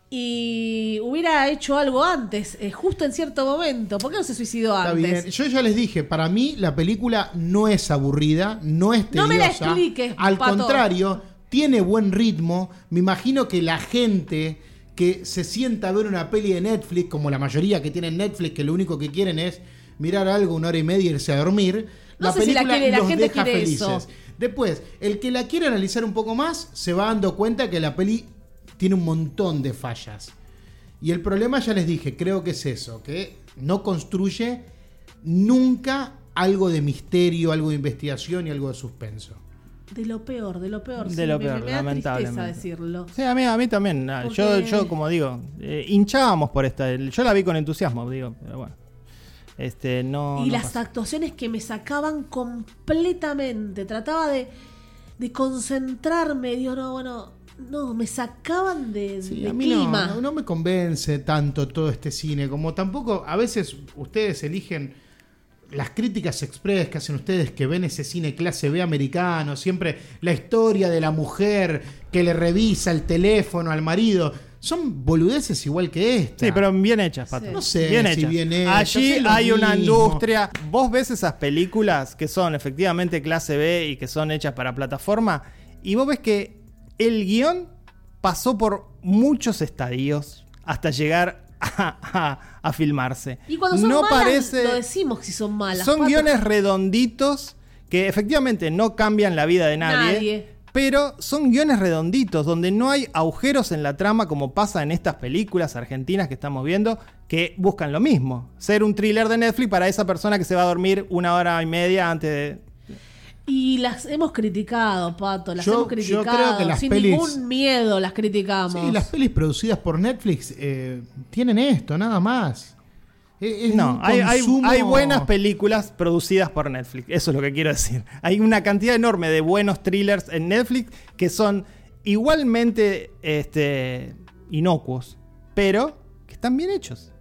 y hubiera hecho algo antes, eh, justo en cierto momento. ¿Por qué no se suicidó
Está
antes?
bien. Yo ya les dije, para mí la película no es aburrida, no es tediosa.
No me la expliques,
Al
Pato.
contrario, tiene buen ritmo. Me imagino que la gente que se sienta a ver una peli de Netflix, como la mayoría que tienen Netflix, que lo único que quieren es mirar algo una hora y media y irse a dormir.
No sé si la quiere, la gente quiere eso.
Después, el que la quiere analizar un poco más, se va dando cuenta que la peli tiene un montón de fallas. Y el problema, ya les dije, creo que es eso, que no construye nunca algo de misterio, algo de investigación y algo de suspenso.
De lo peor, de lo peor.
De
sí,
lo
me-
peor,
me, me da
lamentablemente.
tristeza decirlo.
Sí, a mí, a mí también. nada, yo,
Porque-
yo, como digo, eh, hinchábamos por esta. Yo la vi con entusiasmo, digo, pero bueno. Este, no.
y
no
las
pasa.
actuaciones que me sacaban completamente. Trataba de, de concentrarme. Digo, no, bueno, no, me sacaban de,
Sí,
de
a mí no,
clima.
no, no me convence tanto todo este cine, como tampoco a veces ustedes eligen las críticas express que hacen ustedes que ven ese cine clase B americano, siempre la historia de la mujer que le revisa el teléfono al marido, son boludeces igual que esta.
Sí, pero bien hechas, Pato.
Sí.
No sé
bien
si
hechas.
bien hechas,
Allí
es lo
hay una
mismo.
industria. Vos ves esas películas que son efectivamente clase B y que son hechas para plataforma. Y vos ves que el guión pasó por muchos estadios hasta llegar a, a- a filmarse.
Y cuando son
no
malas,
parece,
lo decimos si son malas.
Son
Pato.
guiones redonditos que efectivamente no cambian la vida de nadie.
Nadie.
Pero son guiones redonditos, donde no hay agujeros en la trama como pasa en estas películas argentinas que estamos viendo, que buscan lo mismo. Ser un thriller de Netflix para esa persona que se va a dormir una hora y media antes de...
Y las hemos criticado, Pato, las
Yo-
hemos
yo
criticado.
creo que las
sin
pelis-
ningún miedo las criticamos.
Sí, las pelis producidas por Netflix eh, tienen esto, nada más. E, Es- es
No,
un
hay, hay-
consumo-
hay buenas películas producidas por Netflix, eso es lo que quiero decir. Hay una cantidad enorme de buenos thrillers en Netflix que son igualmente este, inocuos, pero que están bien hechos.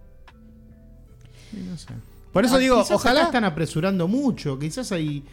No sé.
Por eso
Ah,
digo,
quizás acá
ojalá...
están apresurando mucho, quizás hay...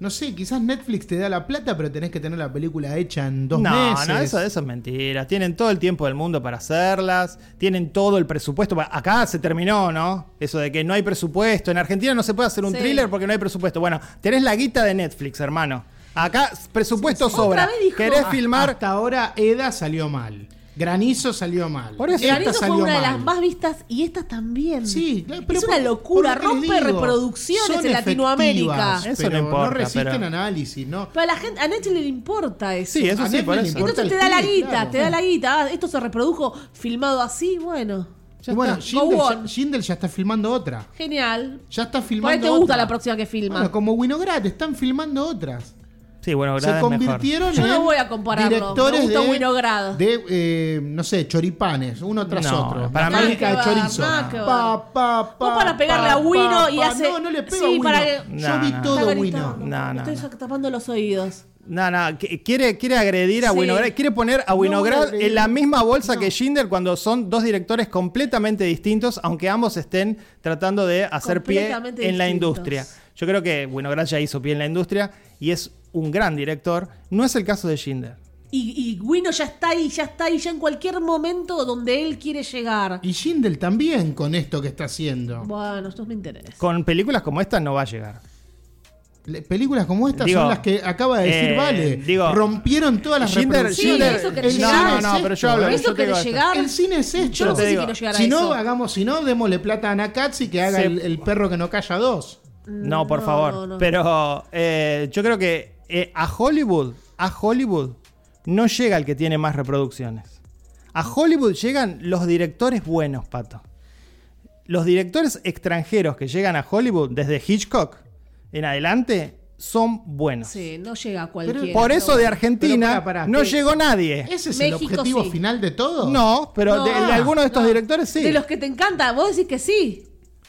No sé, quizás Netflix te da la plata, pero tenés que tener la película hecha en dos
no,
meses.
No, eso, eso es mentira. Tienen todo el tiempo del mundo para hacerlas. Tienen todo el presupuesto. pa- Acá se terminó, ¿no? Eso de que no hay presupuesto. En Argentina no se puede hacer un
Sí.
thriller porque no hay presupuesto. Bueno, tenés la guita de Netflix, hermano. Acá s- presupuesto
Sí, sí.
sobra.
Otra vez dijo-
Querés
Ah,
filmar.
Hasta ahora Eda salió mal. Granizo salió mal.
Por eso-
Esta
Garito fue
salió
una de
mal.
las más vistas y esta también.
Sí, claro, pero
es una
por-
locura,
por lo que les
rompe
digo, son
reproducciones en
efectivas,
Latinoamérica.
Eso
pero
no importa,
No resisten
pero-
análisis, ¿no?
Pero a la gente, a Netflix le importa eso.
Sí, eso
A
sí,
Netflix
por
le
eso.
importa
Entonces
el
te da la
clip,
guita,
claro.
te da la guita. Ah, esto se reprodujo filmado así, bueno.
Ya
Y bueno,
está.
Go
Jindel ya,
on.
Jindal ya está filmando otra.
Genial.
Ya está
Por
filmando
ahí te gusta
otra.
la próxima que filma.
Bueno, como Winograd, están filmando
ah.
otras.
Sí, bueno, Grada
Se
es mejor.
convirtieron
Yo
en
no voy a compararlo,
directores
me gusta
de,
Winograd.
de eh, no sé, choripanes, uno tras
No,
otro.
para
La
mí-
marca
Nada que
de
ver,
chorizo.
nada que ver.
Pa, pa, pa,
Vos para pegarle
pa,
a Wino
pa,
y
pa.
hace-
No, no le pego
sí,
a Wino.
para que-
Yo
No,
vi
no.
todo
Está
Wino.
gritando,
No, no,
Estoy
no.
tapando los oídos.
No, no, que- quiere, quiere agredir a
Sí.
Winograd, quiere poner a
No voy a
Winograd
agredir.
en la misma bolsa que Schindler cuando son dos directores completamente distintos, aunque ambos estén tratando de hacer pie en
Completamente
la
distintos.
industria. Yo creo que Winograd ya hizo pie en la industria y es un gran director. No es el caso de Schindler.
Y, y Wino ya está ahí, ya está ahí, ya en cualquier momento donde él quiere llegar.
Y Jindel también con esto que está haciendo.
Bueno, esto me interesa.
Con películas como esta no va a llegar.
Le- Películas como estas
Digo,
son las que acaba de decir
eh,
Vale.
digo,
rompieron todas las
Schindler-
reproducciones.
Sí, eso que
El
llegar.
cine
no,
es
no, pero
esto,
yo hablo
¿eh?
Eso
yo te
que
digo
de
esto.
llegar.
El cine es esto.
Yo no
te
sé si
digo,
quiero llegar a
si
eso.
no, hagamos, si no, démosle plata a Nakatsi que haga
Se-
el, el perro que no calla dos.
No, por
Mm, No,
favor.
no, no.
Pero eh, yo creo que eh, a Hollywood, a Hollywood no llega el que tiene más reproducciones. A Hollywood llegan los directores buenos, pato. Los directores extranjeros que llegan a Hollywood desde Hitchcock en adelante son buenos.
Sí, no llega a cualquiera.
Por eso de
no.
Argentina
Pero pará, pará,
no
¿qué?
llegó nadie.
¿Ese es el
México,
objetivo
sí.
final de todo?
No, pero de, de
No,
algunos de estos
no.
directores sí.
De los que te encanta, vos decís que sí.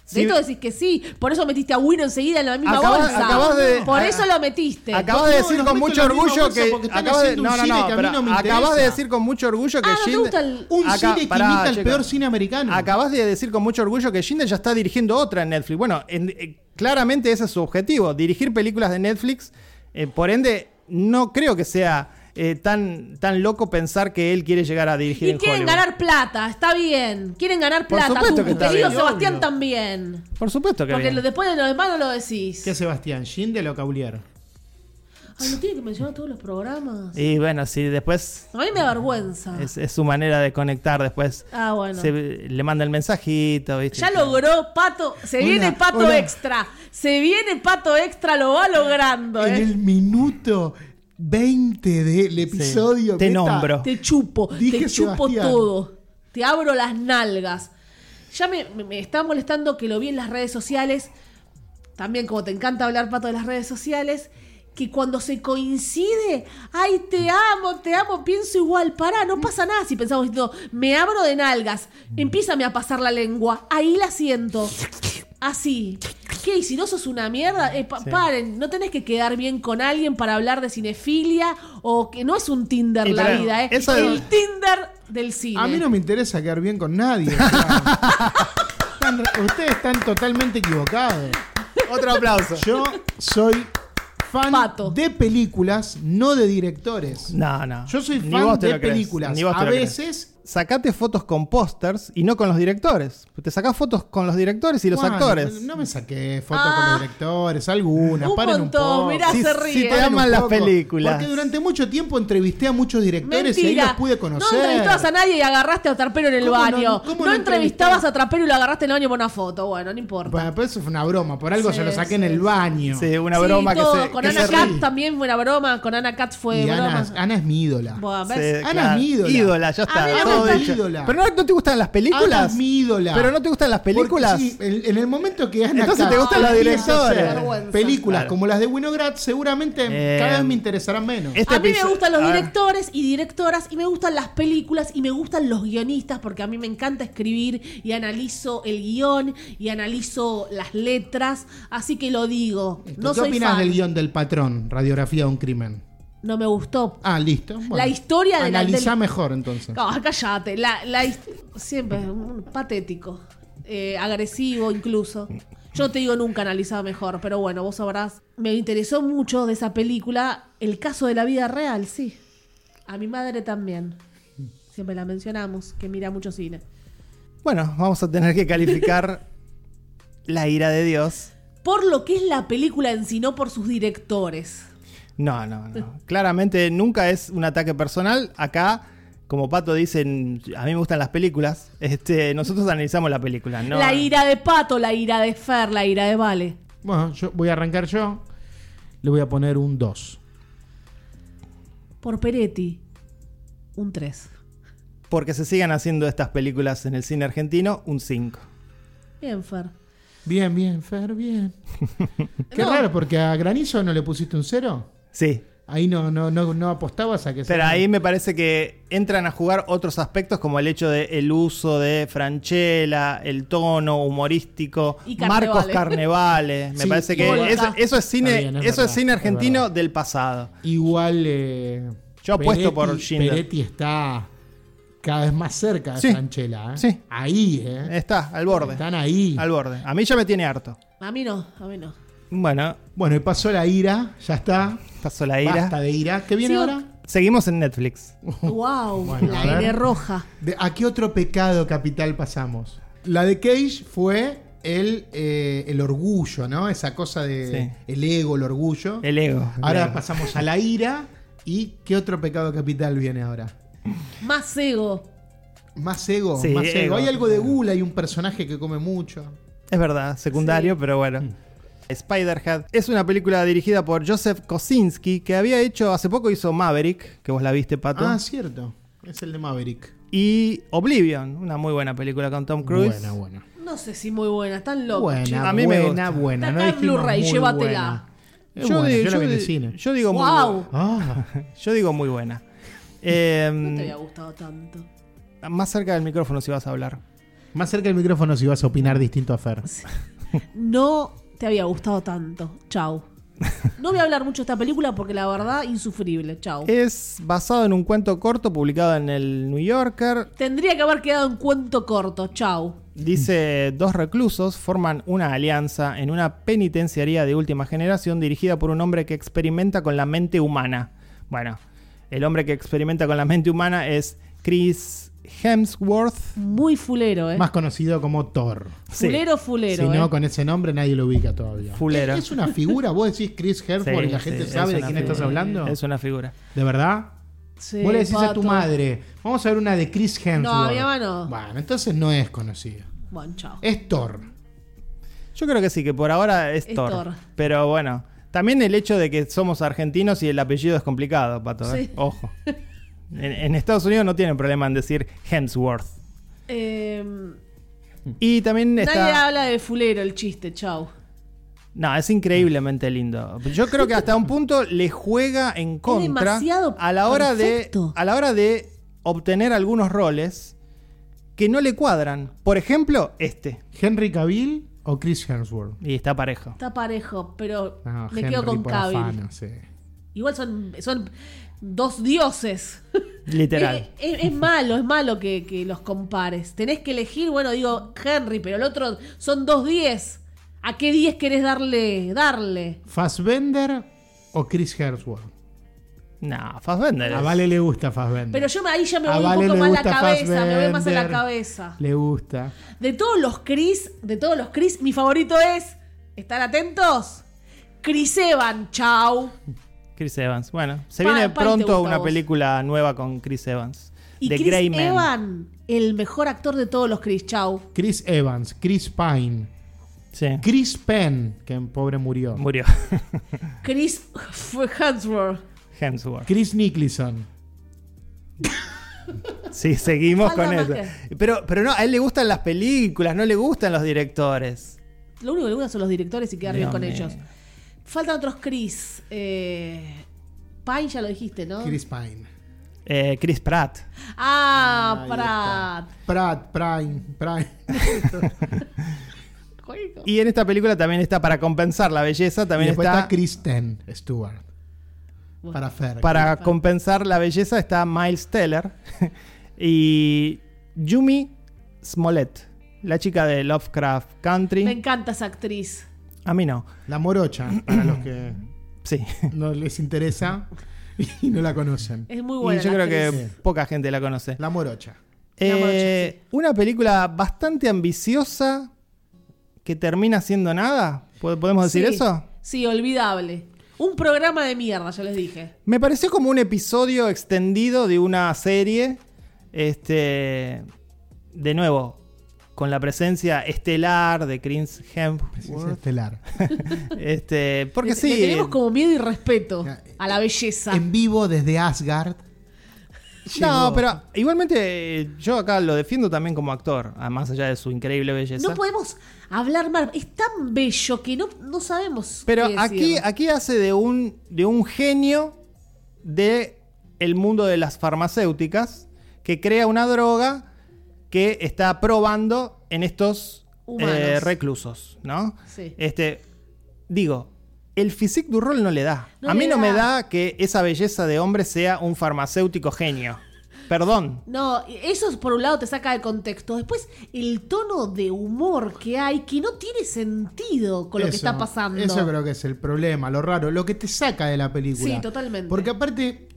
Sí.
De esto decís que sí. Por eso metiste a Wino enseguida en la misma
Acabás-
bolsa.
acabás de-
Por
a-
eso lo metiste.
Acabas
No,
de
los
decir con
meto
mucho
en la misma
orgullo
bolsa
que
porque están
acabas de,
haciendo un
no, no,
cine
no,
que a mí
pero
no me
acabas de
interesa.
decir con mucho orgullo que
Ah, ¿no te
Schindler-
gusta el-
Un
Acá-
cine que
pará,
imita el
chica.
peor cine americano.
Acabas de decir con mucho orgullo que Schindler ya está dirigiendo otra en Netflix. Bueno, en- eh, claramente ese es su objetivo, dirigir películas de Netflix. Eh, por ende, no creo que sea eh, tan, tan loco pensar que él quiere llegar a dirigir
Y
en
quieren
Hollywood.
ganar plata, está bien. Quieren ganar
Por
plata.
supuesto
Tu
que está
querido
bien.
Sebastián
Obvio.
también.
Por supuesto que
Porque
bien.
lo- después de los demás no lo decís.
¿Qué Sebastián? ¿Schindler o Caulier?
Ay, no tiene que mencionar todos los programas.
Y bueno, si después
A mí me da vergüenza.
es, es su manera de conectar, después
Ah, bueno.
se- le manda el mensajito, ¿viste?
Ya logró Pato, se
Hola,
viene Pato
hola.
Extra, se viene Pato Extra, lo va logrando,
En
¿eh?
el minuto 20 del episodio.
Te
meta,
nombro.
Te chupo,
Dije
te chupo
Sebastián.
todo. Te abro las nalgas. Ya me, me- me está molestando que lo vi en las redes sociales. También, como te encanta hablar pato de las redes sociales, que cuando se coincide, ay, te amo, te amo, pienso igual. Pará, no pasa nada si pensamos diciendo, me abro de nalgas, empiezame a pasar la lengua, ahí la siento. Así. ¿Qué? ¿Y si no sos una mierda? Eh, pa-
Sí.
Paren, no tenés que quedar bien con alguien para hablar de cinefilia o que no es un Tinder
Y
la
pero,
vida, ¿eh?
eso de-
el Tinder del cine.
A mí no me interesa quedar bien con nadie. o sea, están- ustedes están totalmente equivocados.
Otro aplauso.
Yo soy fan
Pato.
de películas, no de directores.
No, no.
Yo soy
Ni
fan
vos te
de
lo crees.
películas.
Ni vos te
A
lo crees.
veces-
Sacate fotos con pósters y no con los directores. Te sacás fotos con los directores y los
Bueno,
actores.
No me saqué fotos
Ah.
con los directores, algunas.
Un
paren
montón,
un poco.
mirá,
Si-
se ríe.
si
Paren
te
Paren un
aman las
poco,
películas.
Porque durante mucho tiempo entrevisté a muchos directores y ahí los pude
No
conocer.
entrevistabas a nadie y agarraste a Trapero en el
¿Cómo no-
baño. No,
cómo
entrevistabas
no entrevistaba?
a Trapero y lo agarraste en el baño por una foto. Bueno, no importa.
Bueno, pero eso fue una broma. Por algo
Sí,
se lo saqué
sí,
en el
sí.
baño.
Sí, una
Sí,
broma que
todo.
se.
Con
que
Ana
se
Cat
ríe.
también fue una broma. Con Ana Cat fue
Y
broma.
Ana, Ana es mi ídola.
Bueno, ¿ves?
Se-
Ana es
claro.
mi ídola.
ya
A mí
está.
me
todo
gusta.
dicho.
Ídola.
Pero no, no te gustan las películas.
Ana es mi ídola.
Pero no te gustan las películas.
Porque sí, en, en el momento que Ana
Entonces te
Kat
gustan
los
empieza a hacer
directores. Vergüenza.
Películas
Claro.
como las de Winograd seguramente
Eh,
cada vez me interesarán menos.
este
a mí me
episo-
gustan los
a ver.
directores y directoras y me gustan las películas y me gustan los guionistas porque a mí me encanta escribir y analizo el guión y analizo las letras, así que lo digo. No
¿Qué
soy
opinas
fan.
del guión del patrón, radiografía de un crimen?
No me gustó.
Ah, listo. Bueno,
La historia de la-
Analizá
del-
mejor entonces.
No, cállate. La, la his- siempre es un patético, eh, agresivo incluso. Yo no te digo nunca analizado mejor, pero bueno, vos sabrás. Me interesó mucho de esa película el caso de la vida real, sí. A mi madre también. Siempre la mencionamos, que mira mucho cine.
Bueno, vamos a tener que calificar la ira de Dios.
Por lo que es la película en sí, no por sus directores.
No, no, no. Claramente nunca es un ataque personal. Acá, como Pato dice, en- a mí me gustan las películas. Este, nosotros analizamos la película, ¿no?
La ira de Pato, la ira de Fer, la ira de Vale.
Bueno, yo voy a arrancar yo. Le voy a poner un 2.
Por Peretti, un 3.
Porque se sigan haciendo estas películas en el cine argentino, un 5.
Bien, Fer.
Bien, bien, Fer, bien. Qué
No.
raro, porque a Granizo no le pusiste un 0.
Sí.
Ahí no, no, no, no apostabas a que
Pero
sea-
ahí me parece que entran a jugar otros aspectos como el hecho de el uso de Franchella, el tono humorístico,
Y Carnevale.
Marcos Carnevale. Me
Sí,
parece que
igual.
eso, eso es cine,
Está bien, es
eso es
verdad,
cine
es
argentino
verdad.
del pasado.
Igual. eh,
Yo apuesto por Schindler.
Peretti está cada vez más cerca de
Sí,
Franchella. ¿eh?
sí.
Ahí, ¿eh?
Está al borde,
Están ahí.
al borde. A mí ya me tiene harto.
A mí no, a mí no.
Bueno,
Bueno, y pasó la ira, ya está.
pasó la ira.
Basta de ira. ¿Qué viene
Sí,
ahora?
Seguimos en Netflix.
Wow,
Bueno,
la
a ver.
N roja.
De- ¿A qué otro pecado capital pasamos? La de Cage fue el, eh, el orgullo, ¿no? Esa cosa de el ego, el orgullo.
El ego.
ahora
El ego.
pasamos a la ira. ¿Y qué otro pecado capital viene ahora?
Más ego.
Más ego,
Sí,
más ego.
ego.
Hay algo de gula, hay un personaje que come mucho.
Es verdad, secundario, pero bueno.
Mm.
Spiderhead es una película dirigida por Joseph Kosinski que había hecho, hace poco hizo Maverick, que vos la viste, Pato,
Ah, cierto. Es el de Maverick.
y Oblivion, una muy buena película con Tom Cruise.
Buena, buena.
No sé si muy buena, están locos.
Buena,
A mí me
buena,
gusta.
buena.
Está acá en
dijimos
Blu-ray,
muy
llévatela.
buena. Es buena, yo la vi en el
di-
cine.
yo digo muy
Guau.
buena.
Ah,
Yo digo muy buena. Eh,
No te había
Mm.
gustado tanto.
más cerca del micrófono si vas a hablar.
más cerca del micrófono si vas a opinar distinto a Fer.
No te había gustado tanto. Chau. No voy a hablar mucho de esta película porque la verdad, insufrible. Chau.
Eh.
Es basado en un cuento corto publicado en el New Yorker.
Tendría que haber quedado en cuento corto. Chau.
Dice, dos reclusos forman una alianza en una penitenciaría de última generación dirigida por un hombre que experimenta con la mente humana. Bueno, el hombre que experimenta con la mente humana es Chris Hemsworth.
Muy fulero, ¿eh?
Más conocido como Thor.
Sí,
fulero, fulero.
Si no,
¿eh?
con ese nombre nadie lo ubica todavía.
Fulero.
Es una figura, vos decís Chris Herford
sí,
y la
sí,
gente
es
sabe de
una
quién
figura.
estás hablando.
Es una figura.
¿De verdad?
Sí,
vos le decís a
pato.
tu madre, vamos a ver una de Chris Hemsworth.
mi mamá no.
Bueno, entonces no es conocido.
Bueno, chau.
Es Thor.
Yo creo que sí, que por ahora es,
Es
Thor.
Thor.
Pero bueno, también el hecho de que somos argentinos y el apellido es complicado, Pato. ¿eh?
Sí.
Ojo. En, en Estados Unidos no tienen problema en decir Hemsworth.
Eh,
Y también
Nadie
está...
habla de fulero el chiste. Chau.
No, es increíblemente lindo. Yo creo que hasta un punto le juega en contra
demasiado
a la hora
perfecto.
de a la hora de obtener algunos roles que no le cuadran. Por ejemplo, este.
¿Henry Cavill o Chris Hemsworth?
Y está parejo.
Está parejo, pero
No,
me
Henry
quedo con
por
Cavill.
afano, sí.
Igual son, son dos dioses.
Literal.
Es, es- es malo, es malo que, que los compares. Tenés que elegir, bueno, digo Henry, pero el otro son dos 10. ¿A qué 10 querés darle? Darle.
¿Fassbender o Chris Hemsworth?
No, Fassbender.
A
es-
Ah, Vale le gusta Fassbender.
Pero yo me- ahí ya me
A
voy
Vale
un poco
le
más la
gusta
cabeza, me voy más a la
Fassbender.
cabeza.
Le gusta.
De todos los Chris, de todos los Chris, mi favorito es, ¿están atentos? Chris Evan, chau.
Chris Evans. Bueno, se
Pa-
viene
pa, y te gusta
pronto
a
una
vos.
película nueva con Chris Evans.
Y
The
Chris
Grey Man.
Evan, el mejor actor de todos los Chris, chau.
Chris Evans, Chris Pine,
Sí.
Chris Penn, que pobre murió.
Murió.
Chris Hemsworth.
Hemsworth.
Chris Nicholson.
Sí, seguimos
Falta
con
más
eso. Pero, pero no, a él le gustan las películas, no le gustan los directores.
Lo único que le gustan son los directores y quedar bien
Dios
con
mío.
ellos. Faltan otros Chris. Eh, Pine ya lo dijiste, ¿no?
Chris Pine.
Eh, Chris Pratt.
Ah,
Ahí
Pratt.
Pratt, Prime, Prime.
Juego.
Y en esta película también está para compensar la belleza,
Y
también
después
está,
está Kristen Stewart. Para Fer.
para compensar la belleza está Miles Teller y Yumi Smollett, la chica de Lovecraft
Me
Country.
encanta esa actriz.
A mí no.
La morocha, para los que
Sí.
no les interesa y no la conocen.
Es muy
Y
buena.
yo
la
creo
actriz.
que poca gente la conoce.
La morocha.
La
Eh,
Morocha,
Una película bastante ambiciosa que termina siendo nada. ¿Po- ¿Podemos decir
Sí,
eso?
Sí, olvidable. Un programa de mierda, ya les dije.
Me pareció como un episodio extendido de una serie. Este. De nuevo, con la presencia estelar de Chris
Presencia
Hemsworth.
estelar.
Este, porque
Le- le
sí. eh,
tenemos como miedo y respeto
Ya,
a la belleza.
En vivo desde Asgard.
No,
Llegó.
pero igualmente eh, yo acá lo defiendo también como actor, ah, más allá de su increíble belleza.
No podemos hablar mal. Es tan bello que no, no sabemos.
Pero
qué
aquí,
decir.
aquí hace de un, de un genio de el mundo de las farmacéuticas que crea una droga que está probando en estos
Humanos.
eh, reclusos, ¿no?
Sí.
Este, digo, el physique du rol no le da.
No
A mí
le
no me
da.
da que esa belleza de hombre sea un farmacéutico genio. Perdón.
No, eso por un lado te saca de contexto. Después, el tono de humor que hay que no tiene sentido con lo que
Eso,
está pasando.
Eso creo que es el problema, lo raro, lo que te saca de la película.
Sí, totalmente.
Porque aparte,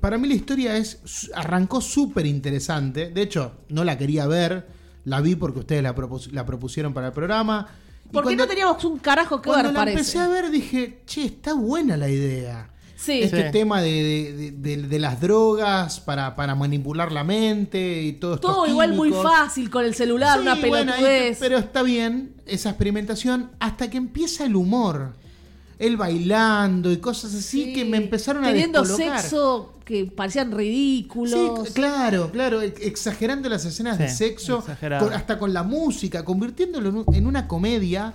para mí la historia es su- arrancó súper interesante. De hecho, no la quería ver, la vi porque ustedes la, propus- la propusieron para el programa. Y
Porque
cuando-
no teníamos un carajo que
cuando
ver,
la
parece.
empecé a ver dije, che, está buena la idea.
Sí.
Este
Sí.
tema de, de- de- de- de las drogas para, para manipular la mente y todo estos
Todo igual muy
químicos.
fácil con el celular,
Sí,
una
bueno, ahí
pelotudez.
te- pero está bien esa experimentación hasta que empieza el humor. Él bailando y cosas así
Sí.
que me empezaron a
Teniendo
descolocar.
sexo que parecían
Sí,
ridículos.
claro, claro, ex- exagerando las escenas de
Sí,
sexo,
exagerado.
con- hasta con la música, convirtiéndolo en un- en una comedia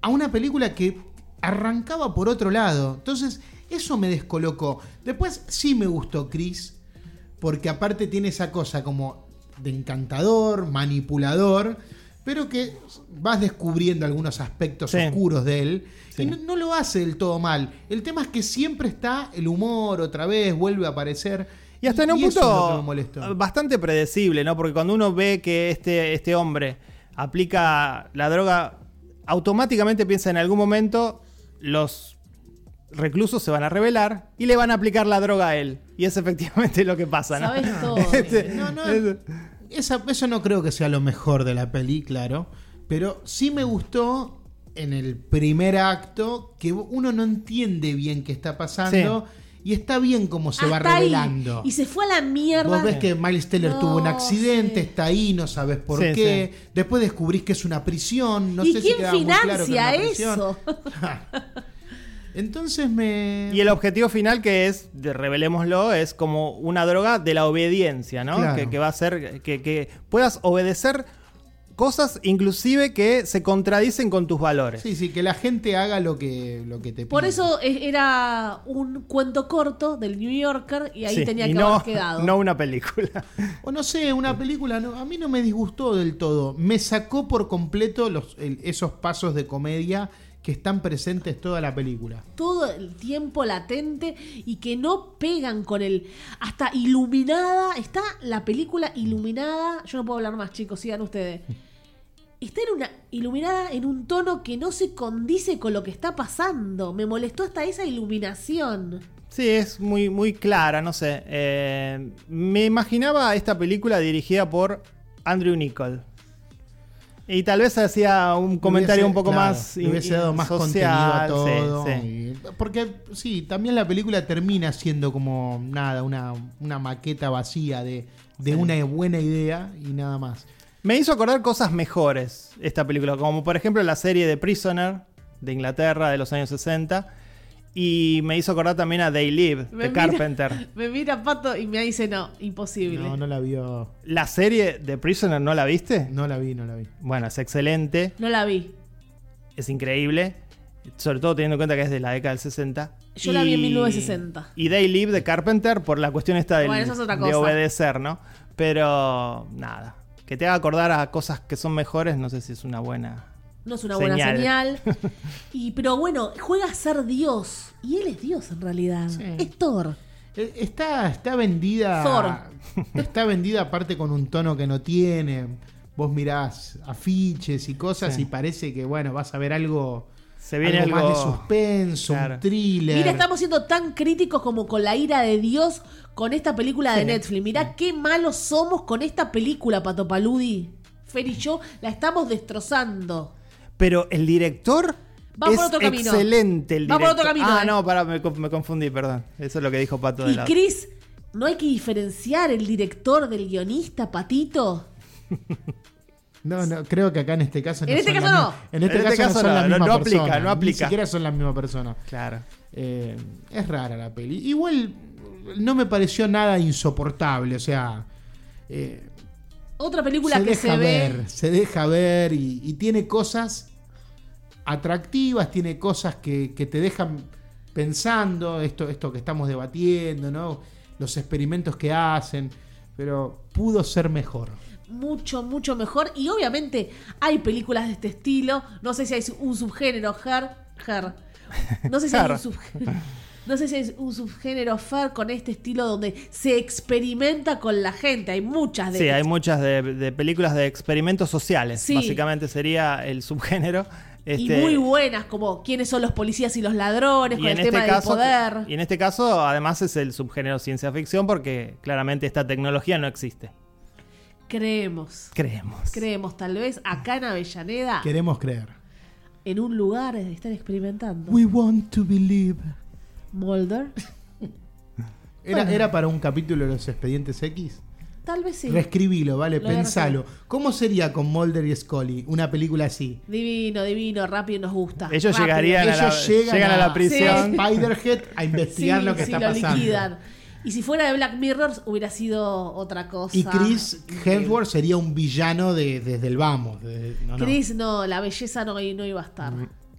a una película que arrancaba por otro lado. Entonces, eso me descolocó. Después sí me gustó Chris, porque aparte tiene esa cosa como de encantador, manipulador, pero que vas descubriendo algunos aspectos
Sí.
oscuros de él.
Sí.
Y no, no lo hace del todo mal. El tema es que siempre está el humor otra vez, vuelve a aparecer.
Y hasta en un
eso es lo que me
punto Ah,
molestó.
bastante predecible, ¿no? Porque cuando uno ve que este, este hombre aplica la droga, automáticamente piensa en algún momento los reclusos se van a rebelar y le van a aplicar la droga a él. Y es efectivamente lo que pasa, ¿no?
Sabes todo.
Este-
No, no,
es-
esa- eso no creo que sea lo mejor de la peli, claro. Pero sí me gustó en el primer acto que uno no entiende bien qué está pasando y está bien cómo se va
Hasta ahí.
revelando.
Y se fue a la mierda.
Vos ves que Miles Teller
No,
tuvo un accidente,
sí.
está ahí, no sabes por
Sí,
qué. Después descubrís que es una prisión, no
¿Y
sé si
quién
quedaba muy claro que era
financia
una prisión.
eso?
Entonces me.
Y el objetivo final que es, de- revelémoslo, es como una droga de la obediencia, ¿no?
Claro.
Que, que va a ser, que, que puedas obedecer cosas inclusive que se contradicen con tus valores.
Sí, sí, que la gente haga lo que, lo que te pide.
Por eso e- era un cuento corto del New Yorker y ahí
Sí,
tenía
y
que
no,
haber quedado.
No una película.
O no sé, una película, no- a mí no me disgustó del todo. Me sacó por completo los, el- esos pasos de comedia que están presentes toda la película.
todo el tiempo latente y que no pegan con el. Hasta iluminada. Está la película iluminada. Yo no puedo hablar más, chicos, sigan ustedes. Está en una, iluminada en un tono que no se condice con lo que está pasando. Me molestó hasta esa iluminación.
Sí, es muy, muy clara, no sé. Eh, me imaginaba esta película dirigida por Andrew Nichol. Y tal vez hacía un comentario
Hubiese-
un poco
claro,
más.
le hubiese dado más
social,
contenido a todo.
sí, sí.
y- porque sí, también la película termina siendo como nada, una, una maqueta vacía de, de una buena idea y nada más.
Me hizo acordar cosas mejores esta película, como por ejemplo la serie de Prisoner de Inglaterra de los años 60. Y me hizo acordar también a They Live de
Me mira-
Carpenter.
Me mira Pato y me dice: No, imposible.
No,
No,
no la vio.
¿La serie de Prisoner no la viste?
No la vi, no la vi.
Bueno, es excelente.
la vi.
es increíble. Sobre todo teniendo en cuenta que es de la década del 60.
Yo la vi en 1960.
Y Day Live de Carpenter por la cuestión esta del-
Bueno, eso es otra
de
cosa.
obedecer, ¿no? Pero nada. Que te haga acordar a cosas que son mejores, no sé si es una buena.
No es una buena
Señal.
señal. Y, pero bueno, juega a ser Dios. Y él es Dios en realidad.
Sí.
Es Thor.
Eh, Está, está vendida. Está vendida aparte con un tono que no tiene. Vos mirás afiches y cosas
Sí.
y parece que, bueno, vas a ver algo,
Se viene
algo
algo.
más de suspenso,
Claro.
un thriller.
Mira, estamos siendo tan críticos como con la ira de Dios con esta película de Netflix. Mirá qué malos somos con esta película, Pato Paludi. Fer y yo la estamos destrozando.
Pero el director.
Va por
es
otro camino.
Excelente el
Va por otro
director.
camino,
Ah,
eh.
no, pará, me, co- me confundí, perdón. Eso es lo que dijo Pato de
Y
la.
Chris, ¿no hay que diferenciar el director del guionista, Patito?
No, no, creo que acá en este caso no
En este
son
caso
la
no.
mi- En este, caso, no son la
no,
misma
no aplica,
persona,
no aplica.
Ni siquiera son la misma persona.
Claro.
Eh, es rara la peli. Igual no me pareció nada insoportable, o sea. eh,
Otra película que se
ver,
ve.
se deja ver y, y tiene cosas atractivas, tiene cosas que, que te dejan pensando, esto, esto que estamos debatiendo, ¿no? Los experimentos que hacen, pero pudo ser mejor.
mucho, mucho mejor. Y obviamente hay películas de este estilo. No sé si hay su- un subgénero, Her. Her. No sé si hay
Her.
un subgénero. No sé si hay un subgénero Fer con este estilo donde se experimenta con la gente. Hay muchas de
Sí, hay muchas de, de películas de experimentos sociales.
Sí.
Básicamente sería el subgénero.
Y
Este,
muy buenas, como quiénes son los policías y los ladrones, con el tema del poder.
Y en este caso, además, es el subgénero ciencia ficción porque claramente esta tecnología no existe.
Creemos.
Creemos.
Creemos, tal vez, acá en Avellaneda,
Queremos creer.
en un lugar, están experimentando.
We want to believe.
Mulder.
Era, era para un capítulo de los expedientes X.
Tal vez sí.
Reescribilo, ¿vale?
Lo voy a
Pensalo. ¿Cómo sería con Mulder y Scully una película así?
Divino, divino, rápido nos gusta.
Ellos
Rápido.
llegarían a la,
Ellos llegan
llegan a
a-
la prisión.
Sí.
Spiderhead a investigar
Sí,
lo que
sí,
está pasando.
liquidan. Y si fuera de Black Mirror hubiera sido otra cosa.
Y Chris Hemsworth sería un villano de- desde el vamos. de- no, no. Mm.
Chris, no, la belleza no, no iba a estar.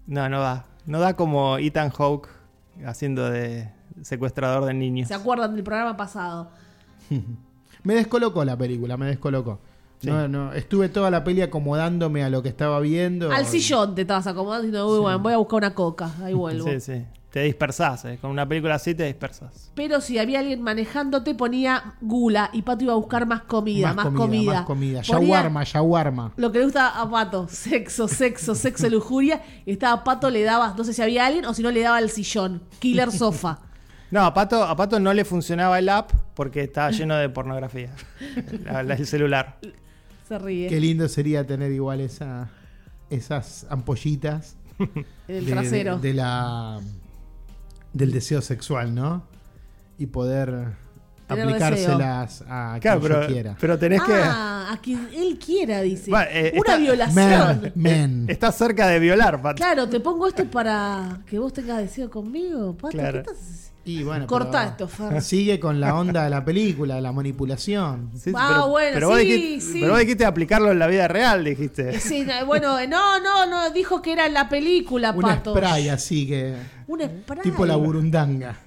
No, no va. No da como Ethan Hawke haciendo de secuestrador de niños.
¿Se acuerdan del programa pasado?
Me descolocó la película, me descolocó.
Sí.
No, no, estuve toda la peli acomodándome a lo que estaba viendo.
Al sillón te estabas acomodando y diciendo, uy, bueno, voy a buscar una coca, ahí vuelvo.
Sí, sí. Te dispersás, eh. con una película así te dispersas.
Pero si había alguien manejando, te ponía gula y Pato iba a buscar más comida, más, comida.
Más comida.
Ponía
Yaguarma, yaguarma.
Lo que le gusta a Pato, sexo, sexo, sexo, lujuria. Y estaba Pato, le daba, no sé si había alguien o si no le daba al sillón. Killer sofa.
No, a Pato, a Pato no le funcionaba el app porque estaba lleno de pornografía. La- la- el celular.
Se ríe.
Qué lindo sería tener igual esa, esas ampollitas
en el
de-
trasero.
de- de la, del deseo sexual, ¿no? Y poder
Tener
aplicárselas a
Claro,
quien
pero,
yo quiera.
pero tenés
ah, a quien él quiera, dice.
Bueno, eh,
Una
está-
violación.
Men,
que.
men.
Estás cerca de violar, Pato.
Claro, te pongo esto para que vos tengas deseo conmigo. Pato, ¿qué
Claro.
estás-
Y bueno,
Cortá esto,
pero
Fer.
Sigue con la onda de la película, la manipulación.
Sí,
Ah, bueno,
vos
sí,
dijiste,
sí.
pero vos dijiste aplicarlo en la vida real, dijiste.
Sí, no, bueno, eh, no, no, no, dijo que era en la película,
Una
Pato.
spray así que.
Un spray.
Tipo la burundanga.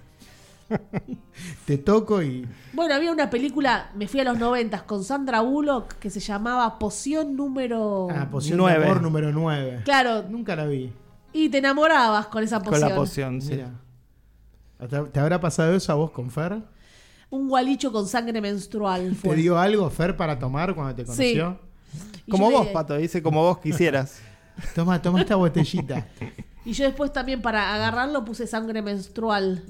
Te toco y.
Bueno, había una película, me fui a los noventas, con Sandra Bullock, que se llamaba Poción número...
Ah, posición
Nueve.
de amor número 9.
Oh. Claro,
Nunca la vi.
y te enamorabas con esa
Con
poción.
la poción, sí.
Mira. ¿Te- ¿Te habrá pasado eso a vos con Fer?
Un gualicho con sangre menstrual.
¿Te
fue.
dio algo Fer para tomar cuando te conoció?
Y
Como
yo
vos,
le-
Pato, dice como vos quisieras.
Toma, toma esta botellita.
Y yo después también para agarrarlo puse sangre menstrual.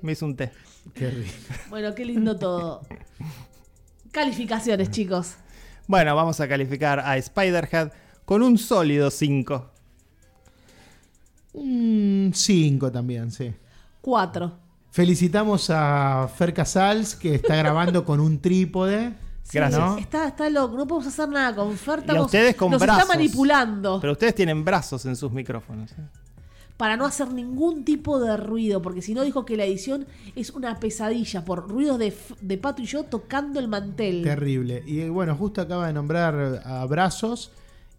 Me hizo un té.
Qué rico.
Bueno, qué lindo todo. Calificaciones, chicos.
Bueno, vamos a calificar a Spiderhead con un sólido 5.
Un 5 Mm, también, sí.
Cuatro.
Felicitamos a Fer Casals que está grabando con un trípode.
Sí,
Gracias.
¿no?
Está, está loco, no podemos hacer nada con Fer.
Y a
estamos-
ustedes con
nos
brazos.
está manipulando
Pero ustedes tienen brazos en sus micrófonos. ¿eh?
para no hacer ningún tipo de ruido, porque si no dijo que la edición es una pesadilla por ruidos de, F- de Pato y yo tocando el mantel.
Terrible. Y bueno, justo acaba de nombrar a Brazos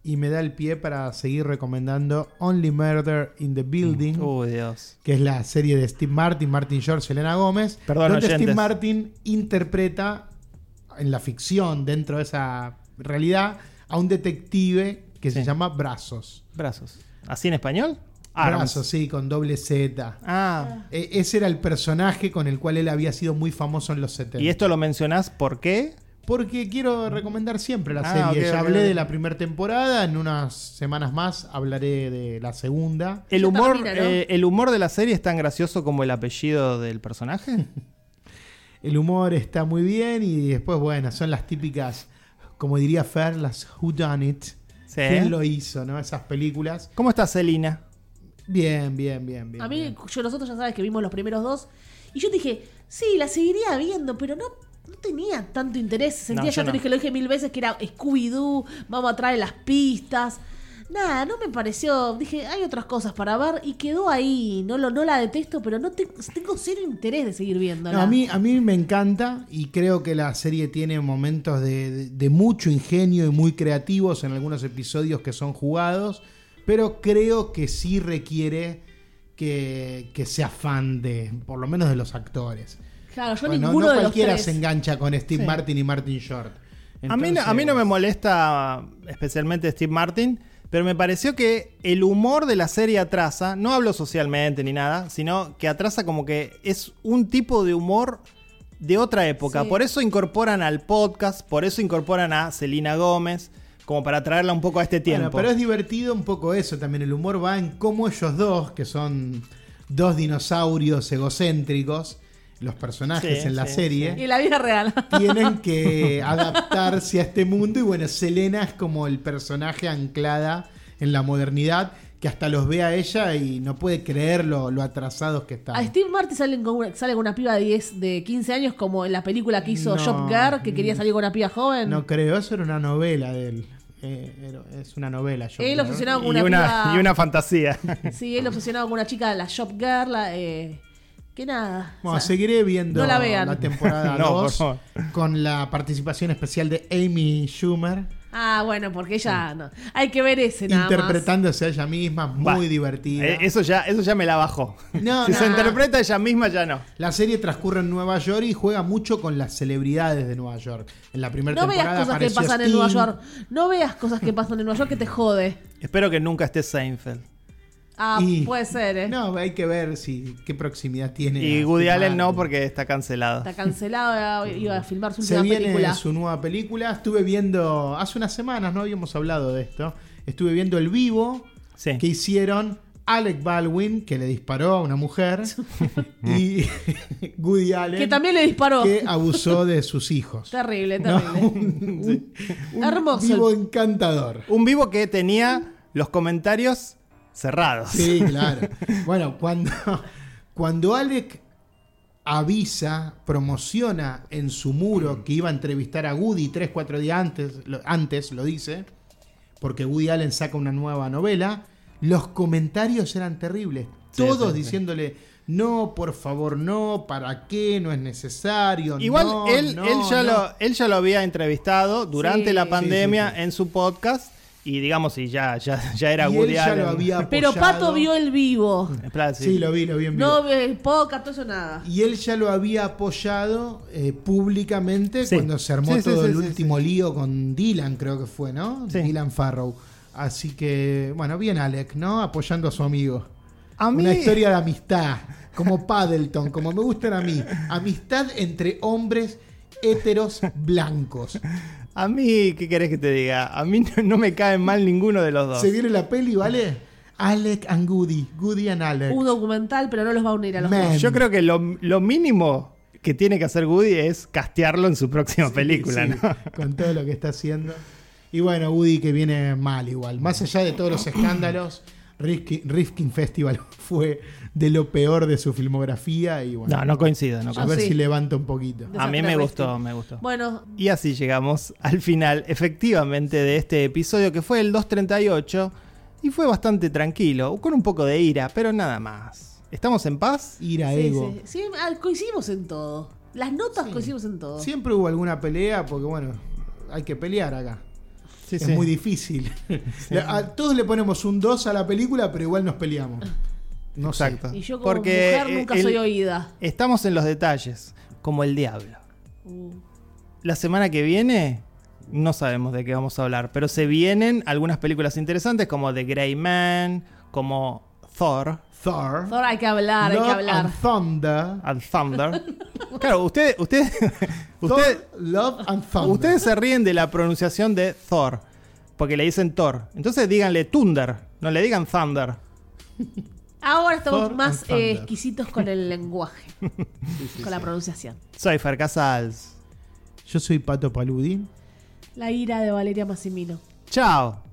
y me da el pie para seguir recomendando Only Murder in the Building,
Uy, Dios.
que es la serie de Steve Martin, Martin George, Elena Gómez,
Perdón,
donde
oyentes.
Steve Martin interpreta en la ficción, dentro de esa realidad, a un detective que se
Sí.
llama Brazos.
Brazos. ¿Así en español? Arms.
Brazos, sí, con doble Z.
Ah.
E- ese era el personaje con el cual él había sido muy famoso en los 70.
¿Y esto lo mencionás por qué?
Porque quiero recomendar siempre la
Ah,
serie.
ok,
ya
ok,
hablé
ok.
de la primera temporada, en unas semanas más hablaré de la segunda.
¿El
Ya
humor,
termina, ¿no?
eh, ¿El humor de la serie es tan gracioso como el apellido del personaje?
El humor está muy bien y después, bueno, son las típicas, como diría Fer, las Who Done It.
Sí.
¿Quién lo hizo, no? Esas películas.
¿Cómo está Celina?
Bien, bien, bien, bien.
A
bien.
mí, yo nosotros ya sabes que vimos los primeros dos. Y yo dije, sí, la seguiría viendo, pero no, no tenía tanto interés. Sentía,
No,
ya
yo
te
no.
dije, lo dije mil veces, que era Scooby-Doo, vamos a traer las pistas. Nada, no me pareció. Dije, hay otras cosas para ver y quedó ahí. No, lo, no la detesto, pero no te- tengo cero interés de seguir viéndola.
No, a, mí, a mí me encanta y creo que la serie tiene momentos de, de- de mucho ingenio y muy creativos en algunos episodios que son jugados, pero creo que sí requiere que, que sea fan de, por lo menos de los actores.
Claro, yo
Bueno, no
ninguno de los
cualquiera
tres.
se engancha con Steve Martin y Martin Short.
A mí, no, a mí no me molesta especialmente Steve Martin, pero me pareció que el humor de la serie atrasa, no hablo socialmente ni nada, sino que atrasa como que es un tipo de humor de otra época.
Sí.
Por eso incorporan al podcast, por eso incorporan a Celina Gómez, como para traerla un poco a este
Bueno,
tiempo.
pero es divertido un poco eso también. El humor va en cómo ellos dos, que son dos dinosaurios egocéntricos, los personajes
Sí,
en la
sí,
serie.
Y la vida real.
tienen que adaptarse a este mundo. Y bueno, Selena es como el personaje anclada en la modernidad que hasta los ve a ella y no puede creer lo, lo atrasados que
A
están.
Steve Martin salen con una, sale con una piba de 10, de 15 años, como en la película que hizo
No, mm.
Shop Girl, que quería salir con una piba joven.
No creo, eso era una novela de él. Eh, era- es una novela. yo
Él
creo.
obsesionado con
y,
una,
una,
piba-
y una fantasía.
Sí, él obsesionado con una chica de la Shop Girl. la, eh, que nada.
Bueno,
o sea,
seguiré viendo
no la
la,
vean.
temporada
No, por
2
favor.
con la participación especial de Amy Schumer.
Ah, bueno, porque ella no. Hay que ver ese nada más.
interpretándose a ella misma, muy
Bah,
divertida.
eh, eso, ya, eso ya me la bajó.
No,
si
no.
se interpreta ella misma, ya no.
La serie transcurre en Nueva York y juega mucho con las celebridades de Nueva York. En la primera
No
temporada
veas cosas que
apareció
pasan en
Sting.
Nueva York. No veas cosas que pasan en Nueva York que te jode.
Espero que nunca esté Seinfeld.
Ah,
Y-
puede ser, ¿eh?
No, hay que ver si qué proximidad tiene.
Y
a
Woody
filmar.
Allen no, porque está cancelado.
Está cancelado, ya iba a filmar su
se
última
viene
película.
su nueva película. Estuve viendo hace unas semanas, no habíamos hablado de esto. Estuve viendo el vivo
Sí.
que hicieron Alec Baldwin que le disparó a una mujer y Woody Allen
Que también le disparó.
que abusó de sus hijos.
Terrible,
No,
terrible.
un, un
Hermoso.
vivo encantador.
Un vivo que tenía los comentarios cerrados.
Sí, claro. Bueno, cuando, cuando Alec avisa, promociona en su muro que iba a entrevistar a Woody 3, 4 días antes, lo, antes lo dice, porque Woody Allen saca una nueva novela, los comentarios eran terribles.
Sí,
Todos
sí, sí.
diciéndole, no, por favor, no, ¿para qué? No es necesario.
Igual
no,
él,
no,
él, ya
no".
lo, él ya lo había entrevistado durante
Sí.
la pandemia
Sí, sí, sí.
en su podcast y digamos, y ya, ya, ya era
Y él
Woody
ya
Allen.
lo había
Pero Pato
apoyado.
vio el vivo.
Espera, sí.
Sí, lo vi, lo vi en vivo.
No, eh, podcast, todo eso nada.
Y él ya lo había apoyado eh, públicamente
Sí.
cuando se armó
Sí, sí,
todo
sí,
el
sí,
último lío con Dylan, creo que fue, ¿no?
Sí.
Dylan Farrow. Así que, bueno, bien Alec, ¿no? Apoyando a su amigo.
A mí-
Una historia de amistad, como Paddleton, como me gustan a mí. Amistad entre hombres heteros blancos.
A mí, ¿qué querés que te diga? A mí no, no me caen mal ninguno de los dos.
¿Se viene la peli, vale? Alec and Goody. Goody and Alec.
Un documental, pero no los va a unir a los
Man.
dos.
Yo creo que lo, lo mínimo que tiene que hacer Woody es castearlo en su próxima película,
Sí,
¿no?
Con todo lo que está haciendo. Y bueno, Woody que viene mal igual. Más allá de todos los escándalos, Rifkin, Rifkin Festival fue de lo peor de su filmografía. Y bueno,
No, no coincido, no
a
coincido.
ver
sí.
si levanta un poquito.
A mí me
Desastre,
gustó,
Rifkin.
me gustó.
Bueno,
Y así llegamos al final, efectivamente, de este episodio que fue el 238 y fue bastante tranquilo, con un poco de ira, pero nada más. ¿Estamos en paz?
Ir a
sí,
ego.
sí, sí, ah, coincidimos en todo. Las notas coincidimos en todo.
Siempre hubo alguna pelea, porque bueno, hay que pelear acá.
Sí,
es muy difícil. A todos le ponemos un 2 a la película, pero igual nos peleamos. No sé.
Exacto.
Y yo como
Porque
mujer nunca
el-
soy oída.
Estamos en los detalles, como el diablo.
Uh,
La semana que viene no sabemos de qué vamos a hablar, pero se vienen algunas películas interesantes como The Grey Man, como Thor,
Thor.
Ahora hay que hablar, hay que
Love
hablar.
and Thunder.
and Thunder. Claro, ustedes ustedes
Thor,
ustedes
Love and Thunder.
ustedes se ríen de la pronunciación de Thor, porque le dicen Thor. Entonces díganle Thunder, no le digan Thunder.
Ahora estamos
Thor and
más
Thunder.
eh, exquisitos con el lenguaje, con la pronunciación.
Soy Fer Casals.
Yo soy Pato Paludi.
La ira de Valeria Massimino.
Chao.